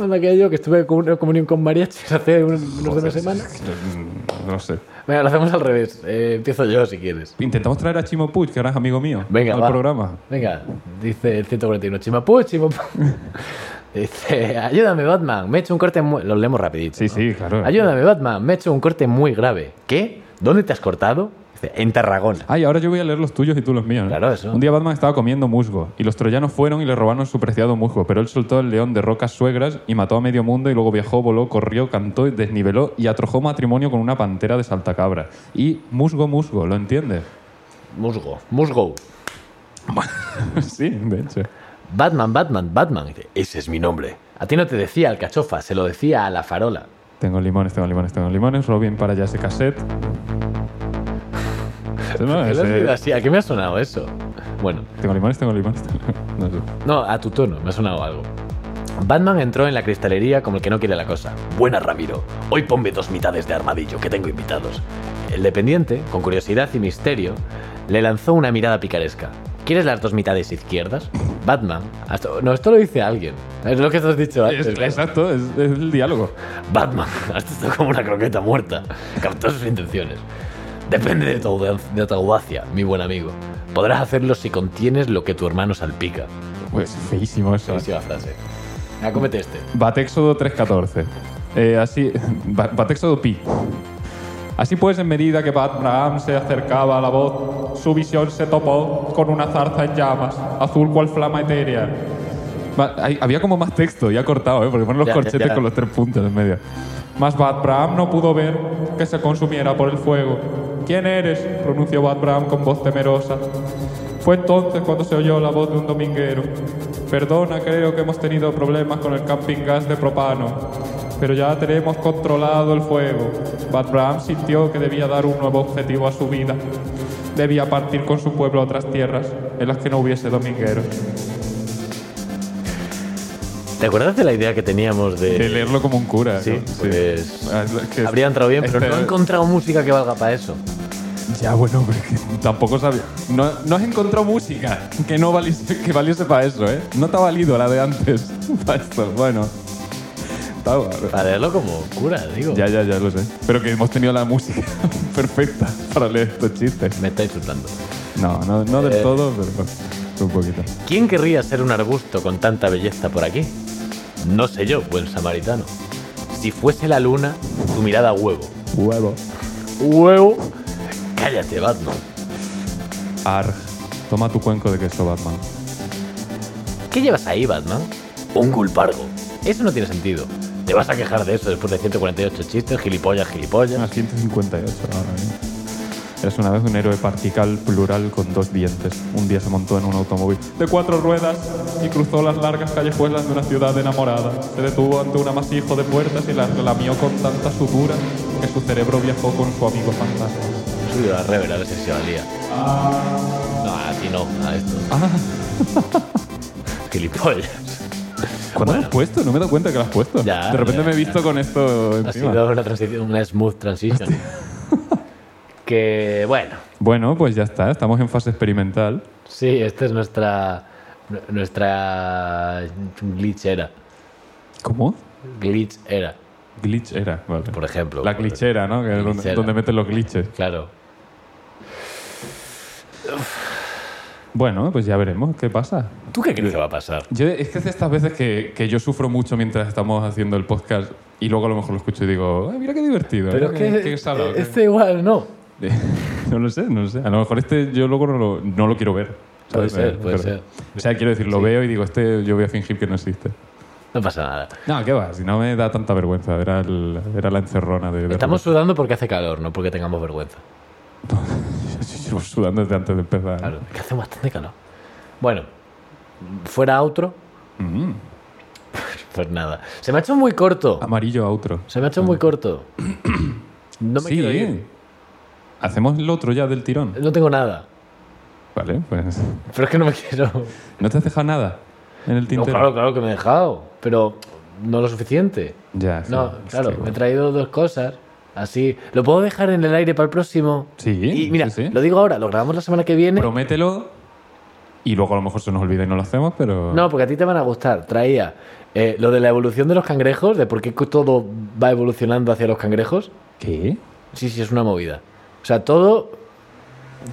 [SPEAKER 1] Anda que yo, que estuve con una comunión con mariachis *laughs* hace un- menos de una
[SPEAKER 2] Joder,
[SPEAKER 1] semana.
[SPEAKER 2] mm, No sé.
[SPEAKER 1] Venga, lo hacemos al revés. Eh, empiezo yo, si quieres.
[SPEAKER 2] Intentamos traer a Chimo Puig, que ahora es amigo mío,
[SPEAKER 1] Venga,
[SPEAKER 2] al
[SPEAKER 1] va.
[SPEAKER 2] programa.
[SPEAKER 1] Venga, dice el 141. Chimapú, chimapú. *laughs* dice, ayúdame, Batman. Me he hecho un corte muy... Los leemos rapidito.
[SPEAKER 2] Sí,
[SPEAKER 1] ¿no?
[SPEAKER 2] sí, claro.
[SPEAKER 1] Ayúdame, Batman. Me he hecho un corte muy grave. ¿Qué? ¿Dónde te has cortado? Dice, en Tarragona.
[SPEAKER 2] Ay, ahora yo voy a leer los tuyos y tú los míos. ¿no?
[SPEAKER 1] Claro, eso.
[SPEAKER 2] Un día Batman estaba comiendo musgo y los troyanos fueron y le robaron su preciado musgo, pero él soltó el león de rocas suegras y mató a medio mundo y luego viajó, voló, corrió, cantó, y desniveló y atrojó matrimonio con una pantera de saltacabra. Y musgo, musgo, ¿lo entiendes? *laughs*
[SPEAKER 1] Musgo. Musgo.
[SPEAKER 2] sí, de hecho.
[SPEAKER 1] Batman, Batman, Batman. Dice, ese es mi nombre. A ti no te decía al cachofa, se lo decía a la farola.
[SPEAKER 2] Tengo limones, tengo limones, tengo limones. Robin para ya
[SPEAKER 1] *laughs*
[SPEAKER 2] ese cassette. Ese no,
[SPEAKER 1] ¿Qué lo has
[SPEAKER 2] ese-
[SPEAKER 1] leído así? ¿A qué me ha sonado eso? Bueno,
[SPEAKER 2] Tengo limones, tengo limones. tengo limones. *laughs* No sé.
[SPEAKER 1] no, a tu tono, me ha sonado algo. Batman entró en la cristalería como el que no quiere la cosa. Buena, Ramiro. Hoy ponme dos mitades de armadillo, que tengo invitados. El dependiente, con curiosidad y misterio, le lanzó una mirada picaresca. ¿Quieres las dos mitades izquierdas? Batman. hasta- No, esto lo dice alguien. Ah, Es lo que te has dicho antes.
[SPEAKER 2] Es-
[SPEAKER 1] claro.
[SPEAKER 2] exacto, es, es el diálogo.
[SPEAKER 1] Batman, *laughs* has estado como una croqueta muerta. Captó sus intenciones. Depende de tu, audaz- de tu audacia, mi buen amigo. Podrás hacerlo si contienes lo que tu hermano salpica.
[SPEAKER 2] Pues feísimo eso.
[SPEAKER 1] Buenísima frase. Acómete este.
[SPEAKER 2] Batexodo 314. Eh, así, *laughs* Ba- Batexodo Pi. Así pues, en medida que Abraham se acercaba a la voz, su visión se topó con una zarza en llamas, azul cual flama etérea. Va- hay- había como más texto, ya cortado, ¿eh? porque ponen los
[SPEAKER 1] Ya, ya,
[SPEAKER 2] corchetes
[SPEAKER 1] ya.
[SPEAKER 2] con los tres puntos en medio. Mas Batbraham no pudo ver que se consumiera por el fuego. ¿Quién eres? pronunció Batbraham con voz temerosa. Fue entonces cuando se oyó la voz de un dominguero. Perdona, creo que hemos tenido problemas con el camping gas de propano, pero ya tenemos controlado el fuego. Batbraham sintió que debía dar un nuevo objetivo a su vida. Debía partir con su pueblo a otras tierras en las que no hubiese domingueros.
[SPEAKER 1] ¿Te acuerdas de la idea que teníamos de.
[SPEAKER 2] De leerlo como un cura.
[SPEAKER 1] Sí,
[SPEAKER 2] ¿no?
[SPEAKER 1] pues.
[SPEAKER 2] Ah, es que-
[SPEAKER 1] Habría entrado bien, pero
[SPEAKER 2] este-
[SPEAKER 1] no he encontrado música que valga para eso.
[SPEAKER 2] Ya, bueno, pero que tampoco sabía. No, no has encontrado música que no valiese, que valiese para eso, ¿eh? No te ha valido la de antes *laughs* para esto. Bueno. Está bueno.
[SPEAKER 1] Para leerlo como cura, digo.
[SPEAKER 2] Ya, ya, ya lo sé. Pero que hemos tenido la música *laughs* perfecta para leer estos chistes.
[SPEAKER 1] Me está insultando.
[SPEAKER 2] No, no, no del
[SPEAKER 1] Eh.
[SPEAKER 2] todo, pero un poquito.
[SPEAKER 1] ¿Quién querría ser un arbusto con tanta belleza por aquí? No sé yo, buen samaritano. Si fuese la luna, tu mirada huevo.
[SPEAKER 2] Huevo.
[SPEAKER 1] huevo. Cállate, Batman.
[SPEAKER 2] Arg. Toma tu cuenco de queso, Batman.
[SPEAKER 1] ¿Qué llevas ahí, Batman? Un gulpargo. Eso no tiene sentido. Te vas a
[SPEAKER 2] Ah,
[SPEAKER 1] quejar de eso después de 148 chistes, gilipollas,
[SPEAKER 2] Unas
[SPEAKER 1] gilipollas.
[SPEAKER 2] 158 ahora, ¿eh? Eres una vez un héroe partical plural con dos dientes. Un día se montó en un automóvil de cuatro ruedas y cruzó las largas callejuelas de una ciudad enamorada. Se detuvo ante un amasijo de puertas y las relamió con tanta sudura que su cerebro viajó con su amigo fantasma.
[SPEAKER 1] He subido la rever a ver si se valía. No, a ti no, a esto.
[SPEAKER 2] Ah.
[SPEAKER 1] *laughs* Gilipollas.
[SPEAKER 2] ¿Cuándo lo has puesto? No me he dado cuenta que lo has puesto.
[SPEAKER 1] Ya,
[SPEAKER 2] de repente
[SPEAKER 1] ya,
[SPEAKER 2] me he visto
[SPEAKER 1] ya.
[SPEAKER 2] con esto
[SPEAKER 1] Ha
[SPEAKER 2] encima.
[SPEAKER 1] sido una transición, una smooth transition. *laughs* que bueno,
[SPEAKER 2] Bueno, pues ya está. Estamos en fase experimental.
[SPEAKER 1] sí, esta es nuestra nuestra glitch era.
[SPEAKER 2] ¿Cómo?
[SPEAKER 1] Glitch era,
[SPEAKER 2] Glitch era, vale.
[SPEAKER 1] por ejemplo.
[SPEAKER 2] La glitchera, ¿no? Que es donde-
[SPEAKER 1] Glitchera.
[SPEAKER 2] donde meten los glitches.
[SPEAKER 1] Claro.
[SPEAKER 2] Bueno, pues ya veremos qué pasa.
[SPEAKER 1] ¿Tú qué crees que va a pasar?
[SPEAKER 2] Yo, es que es de estas veces que, que yo sufro mucho mientras estamos haciendo el podcast y luego a lo mejor lo escucho y digo, "Ay, mira qué divertido.
[SPEAKER 1] Pero es
[SPEAKER 2] mira
[SPEAKER 1] que
[SPEAKER 2] qué- qué salado, qué-".
[SPEAKER 1] este igual no.
[SPEAKER 2] *laughs* no lo sé, no lo sé. A lo mejor este yo luego no lo, no lo quiero ver.
[SPEAKER 1] Puede
[SPEAKER 2] ¿sabes?
[SPEAKER 1] ser, puede
[SPEAKER 2] Pero-
[SPEAKER 1] ser.
[SPEAKER 2] O sea, quiero decir, lo veo y digo, este yo voy a fingir que no existe.
[SPEAKER 1] No pasa nada.
[SPEAKER 2] No, ¿qué va? Si no me da tanta vergüenza. Era, el- era la encerrona de... de
[SPEAKER 1] Estamos sudando porque hace calor, no porque tengamos vergüenza.
[SPEAKER 2] *laughs* Llevo pues, sudando desde antes de empezar.
[SPEAKER 1] Claro, que hace bastante calor. Bueno, fuera outro,
[SPEAKER 2] Mm,
[SPEAKER 1] *laughs* pues nada. Se me ha hecho muy corto.
[SPEAKER 2] amarillo outro.
[SPEAKER 1] Se me ha hecho muy *coughs* corto. No me
[SPEAKER 2] sí,
[SPEAKER 1] quiero ir. Eh.
[SPEAKER 2] hacemos el otro ya del tirón.
[SPEAKER 1] No tengo nada.
[SPEAKER 2] Vale, pues...
[SPEAKER 1] Pero es que no me quiero.
[SPEAKER 2] ¿No te has dejado nada en el
[SPEAKER 1] No,
[SPEAKER 2] tintero?
[SPEAKER 1] claro, claro que me he dejado. Pero no lo suficiente.
[SPEAKER 2] Ya, sí,
[SPEAKER 1] No,
[SPEAKER 2] es
[SPEAKER 1] claro,
[SPEAKER 2] que-
[SPEAKER 1] me he traído dos cosas. Así. ¿Lo puedo dejar en el aire para el próximo?
[SPEAKER 2] Sí,
[SPEAKER 1] Y mira,
[SPEAKER 2] sí, sí.
[SPEAKER 1] lo digo ahora, lo grabamos la semana que viene.
[SPEAKER 2] Promételo y luego a lo mejor se nos olvida y no lo hacemos, pero...
[SPEAKER 1] No, porque a ti te van a gustar. Traía eh, lo de la evolución de los cangrejos, de por qué todo va evolucionando hacia los cangrejos.
[SPEAKER 2] ¿Qué?
[SPEAKER 1] Sí, sí, es una movida. O sea, todo,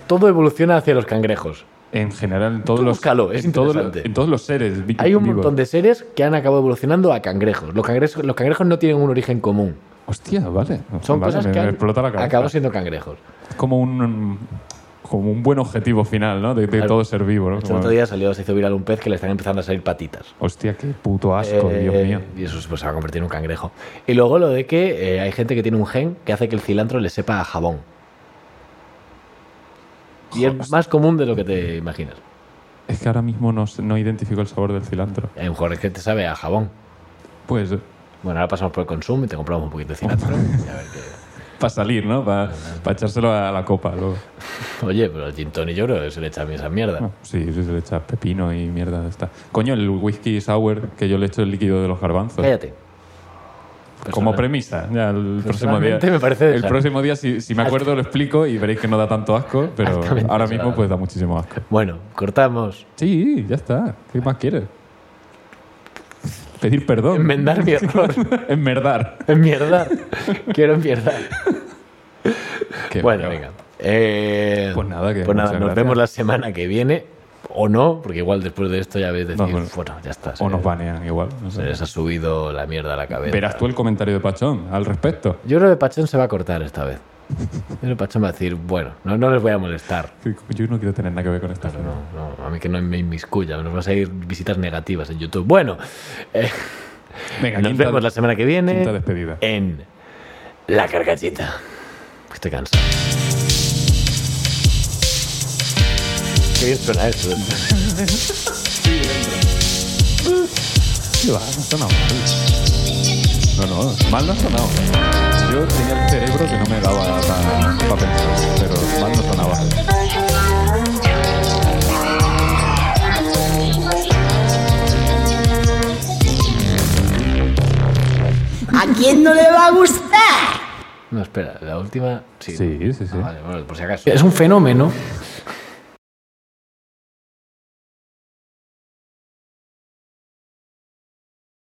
[SPEAKER 1] todo evoluciona hacia los cangrejos.
[SPEAKER 2] En general, en todos
[SPEAKER 1] Tú
[SPEAKER 2] los...
[SPEAKER 1] búscalo, es
[SPEAKER 2] en todos, los-
[SPEAKER 1] interesante.
[SPEAKER 2] en todos los seres vi-
[SPEAKER 1] Hay un
[SPEAKER 2] vivos.
[SPEAKER 1] montón de seres que han acabado evolucionando a cangrejos. Los cangrejos, los cangrejos no tienen un origen común.
[SPEAKER 2] Hostia, vale.
[SPEAKER 1] Son
[SPEAKER 2] Vale,
[SPEAKER 1] cosas
[SPEAKER 2] me-
[SPEAKER 1] que
[SPEAKER 2] me
[SPEAKER 1] han
[SPEAKER 2] explota la cabeza.
[SPEAKER 1] acabado siendo cangrejos.
[SPEAKER 2] Es como un... Como un buen objetivo final, ¿no? De, de
[SPEAKER 1] Claro.
[SPEAKER 2] todo ser vivo, ¿no?
[SPEAKER 1] El
[SPEAKER 2] Como-
[SPEAKER 1] otro día salió, se hizo viral un pez que le están empezando a salir patitas.
[SPEAKER 2] Hostia, qué puto asco,
[SPEAKER 1] Eh,
[SPEAKER 2] Dios mío.
[SPEAKER 1] Y eso pues, se va a convertir en un cangrejo. Y luego lo de que eh, hay gente que tiene un gen que hace que el cilantro le sepa a jabón. Y es más común de lo que te imaginas.
[SPEAKER 2] Es que ahora mismo no, sé- no identifico el sabor del cilantro.
[SPEAKER 1] Hay un jugador que te sabe a jabón.
[SPEAKER 2] Pues...
[SPEAKER 1] Bueno, ahora pasamos por el consumo y te compramos un poquito de
[SPEAKER 2] *laughs*
[SPEAKER 1] cilantro. Y a ver qué-
[SPEAKER 2] Para salir, ¿no? Para echárselo a la copa luego.
[SPEAKER 1] Oye, pero el gin tonic yo creo que se le echa a mí esa mierda.
[SPEAKER 2] Ah, Sí, sí, se le echa pepino y mierda de esta. Coño, el whisky sour que yo le echo el líquido de los garbanzos.
[SPEAKER 1] Cállate.
[SPEAKER 2] Como
[SPEAKER 1] Personal-
[SPEAKER 2] premisa, ya el próximo día.
[SPEAKER 1] Eh, Personalmente me parece
[SPEAKER 2] el
[SPEAKER 1] claro.
[SPEAKER 2] próximo día, si, si me acuerdo, lo explico y veréis que no da tanto asco, pero
[SPEAKER 1] Altamente
[SPEAKER 2] ahora mismo
[SPEAKER 1] desagradable.
[SPEAKER 2] pues da muchísimo asco.
[SPEAKER 1] Bueno, cortamos.
[SPEAKER 2] Sí, ya está. ¿Qué más quieres? Pedir perdón.
[SPEAKER 1] Enmendar mi error.
[SPEAKER 2] *laughs* Enmerdar.
[SPEAKER 1] Enmierdar. Quiero enmierdar.
[SPEAKER 2] Qué
[SPEAKER 1] Bueno,
[SPEAKER 2] bravo.
[SPEAKER 1] venga. Eh,
[SPEAKER 2] Pues nada, que
[SPEAKER 1] pues nada,
[SPEAKER 2] muchas
[SPEAKER 1] nos
[SPEAKER 2] gracias.
[SPEAKER 1] vemos la semana que viene. O no, porque igual después de esto ya habéis decidido,
[SPEAKER 2] No, bueno.
[SPEAKER 1] bueno, ya está.
[SPEAKER 2] O
[SPEAKER 1] se-
[SPEAKER 2] nos banean igual. no sé.
[SPEAKER 1] Se les ha subido la mierda a la cabeza.
[SPEAKER 2] Verás tú el comentario de Pachón al respecto.
[SPEAKER 1] Yo creo que Pachón se va a cortar esta vez. Yo creo que Pachón va a decir, bueno, no, no les voy a molestar.
[SPEAKER 2] Que Yo no quiero tener nada que ver con esto.
[SPEAKER 1] Pero no, no, a mí que no me inmiscuya, nos vas a ir visitas negativas en YouTube. Bueno, eh,
[SPEAKER 2] Venga,
[SPEAKER 1] nos
[SPEAKER 2] quinta-
[SPEAKER 1] vemos la semana que viene
[SPEAKER 2] quinta despedida.
[SPEAKER 1] en La Carcachita. Estoy cansado. Qué bien suena esto.
[SPEAKER 2] Sí, va, no suena mal. No, no, mal no ha sonado. Yo tenía el cerebro que no me daba para pensar, pero mal no sonaba.
[SPEAKER 3] ¿A quién no le va a gustar?
[SPEAKER 1] No, espera, la última... Sí. Ah,
[SPEAKER 2] Sí, sí, sí.
[SPEAKER 1] Vale, bueno, por si acaso.
[SPEAKER 11] Es un fenómeno.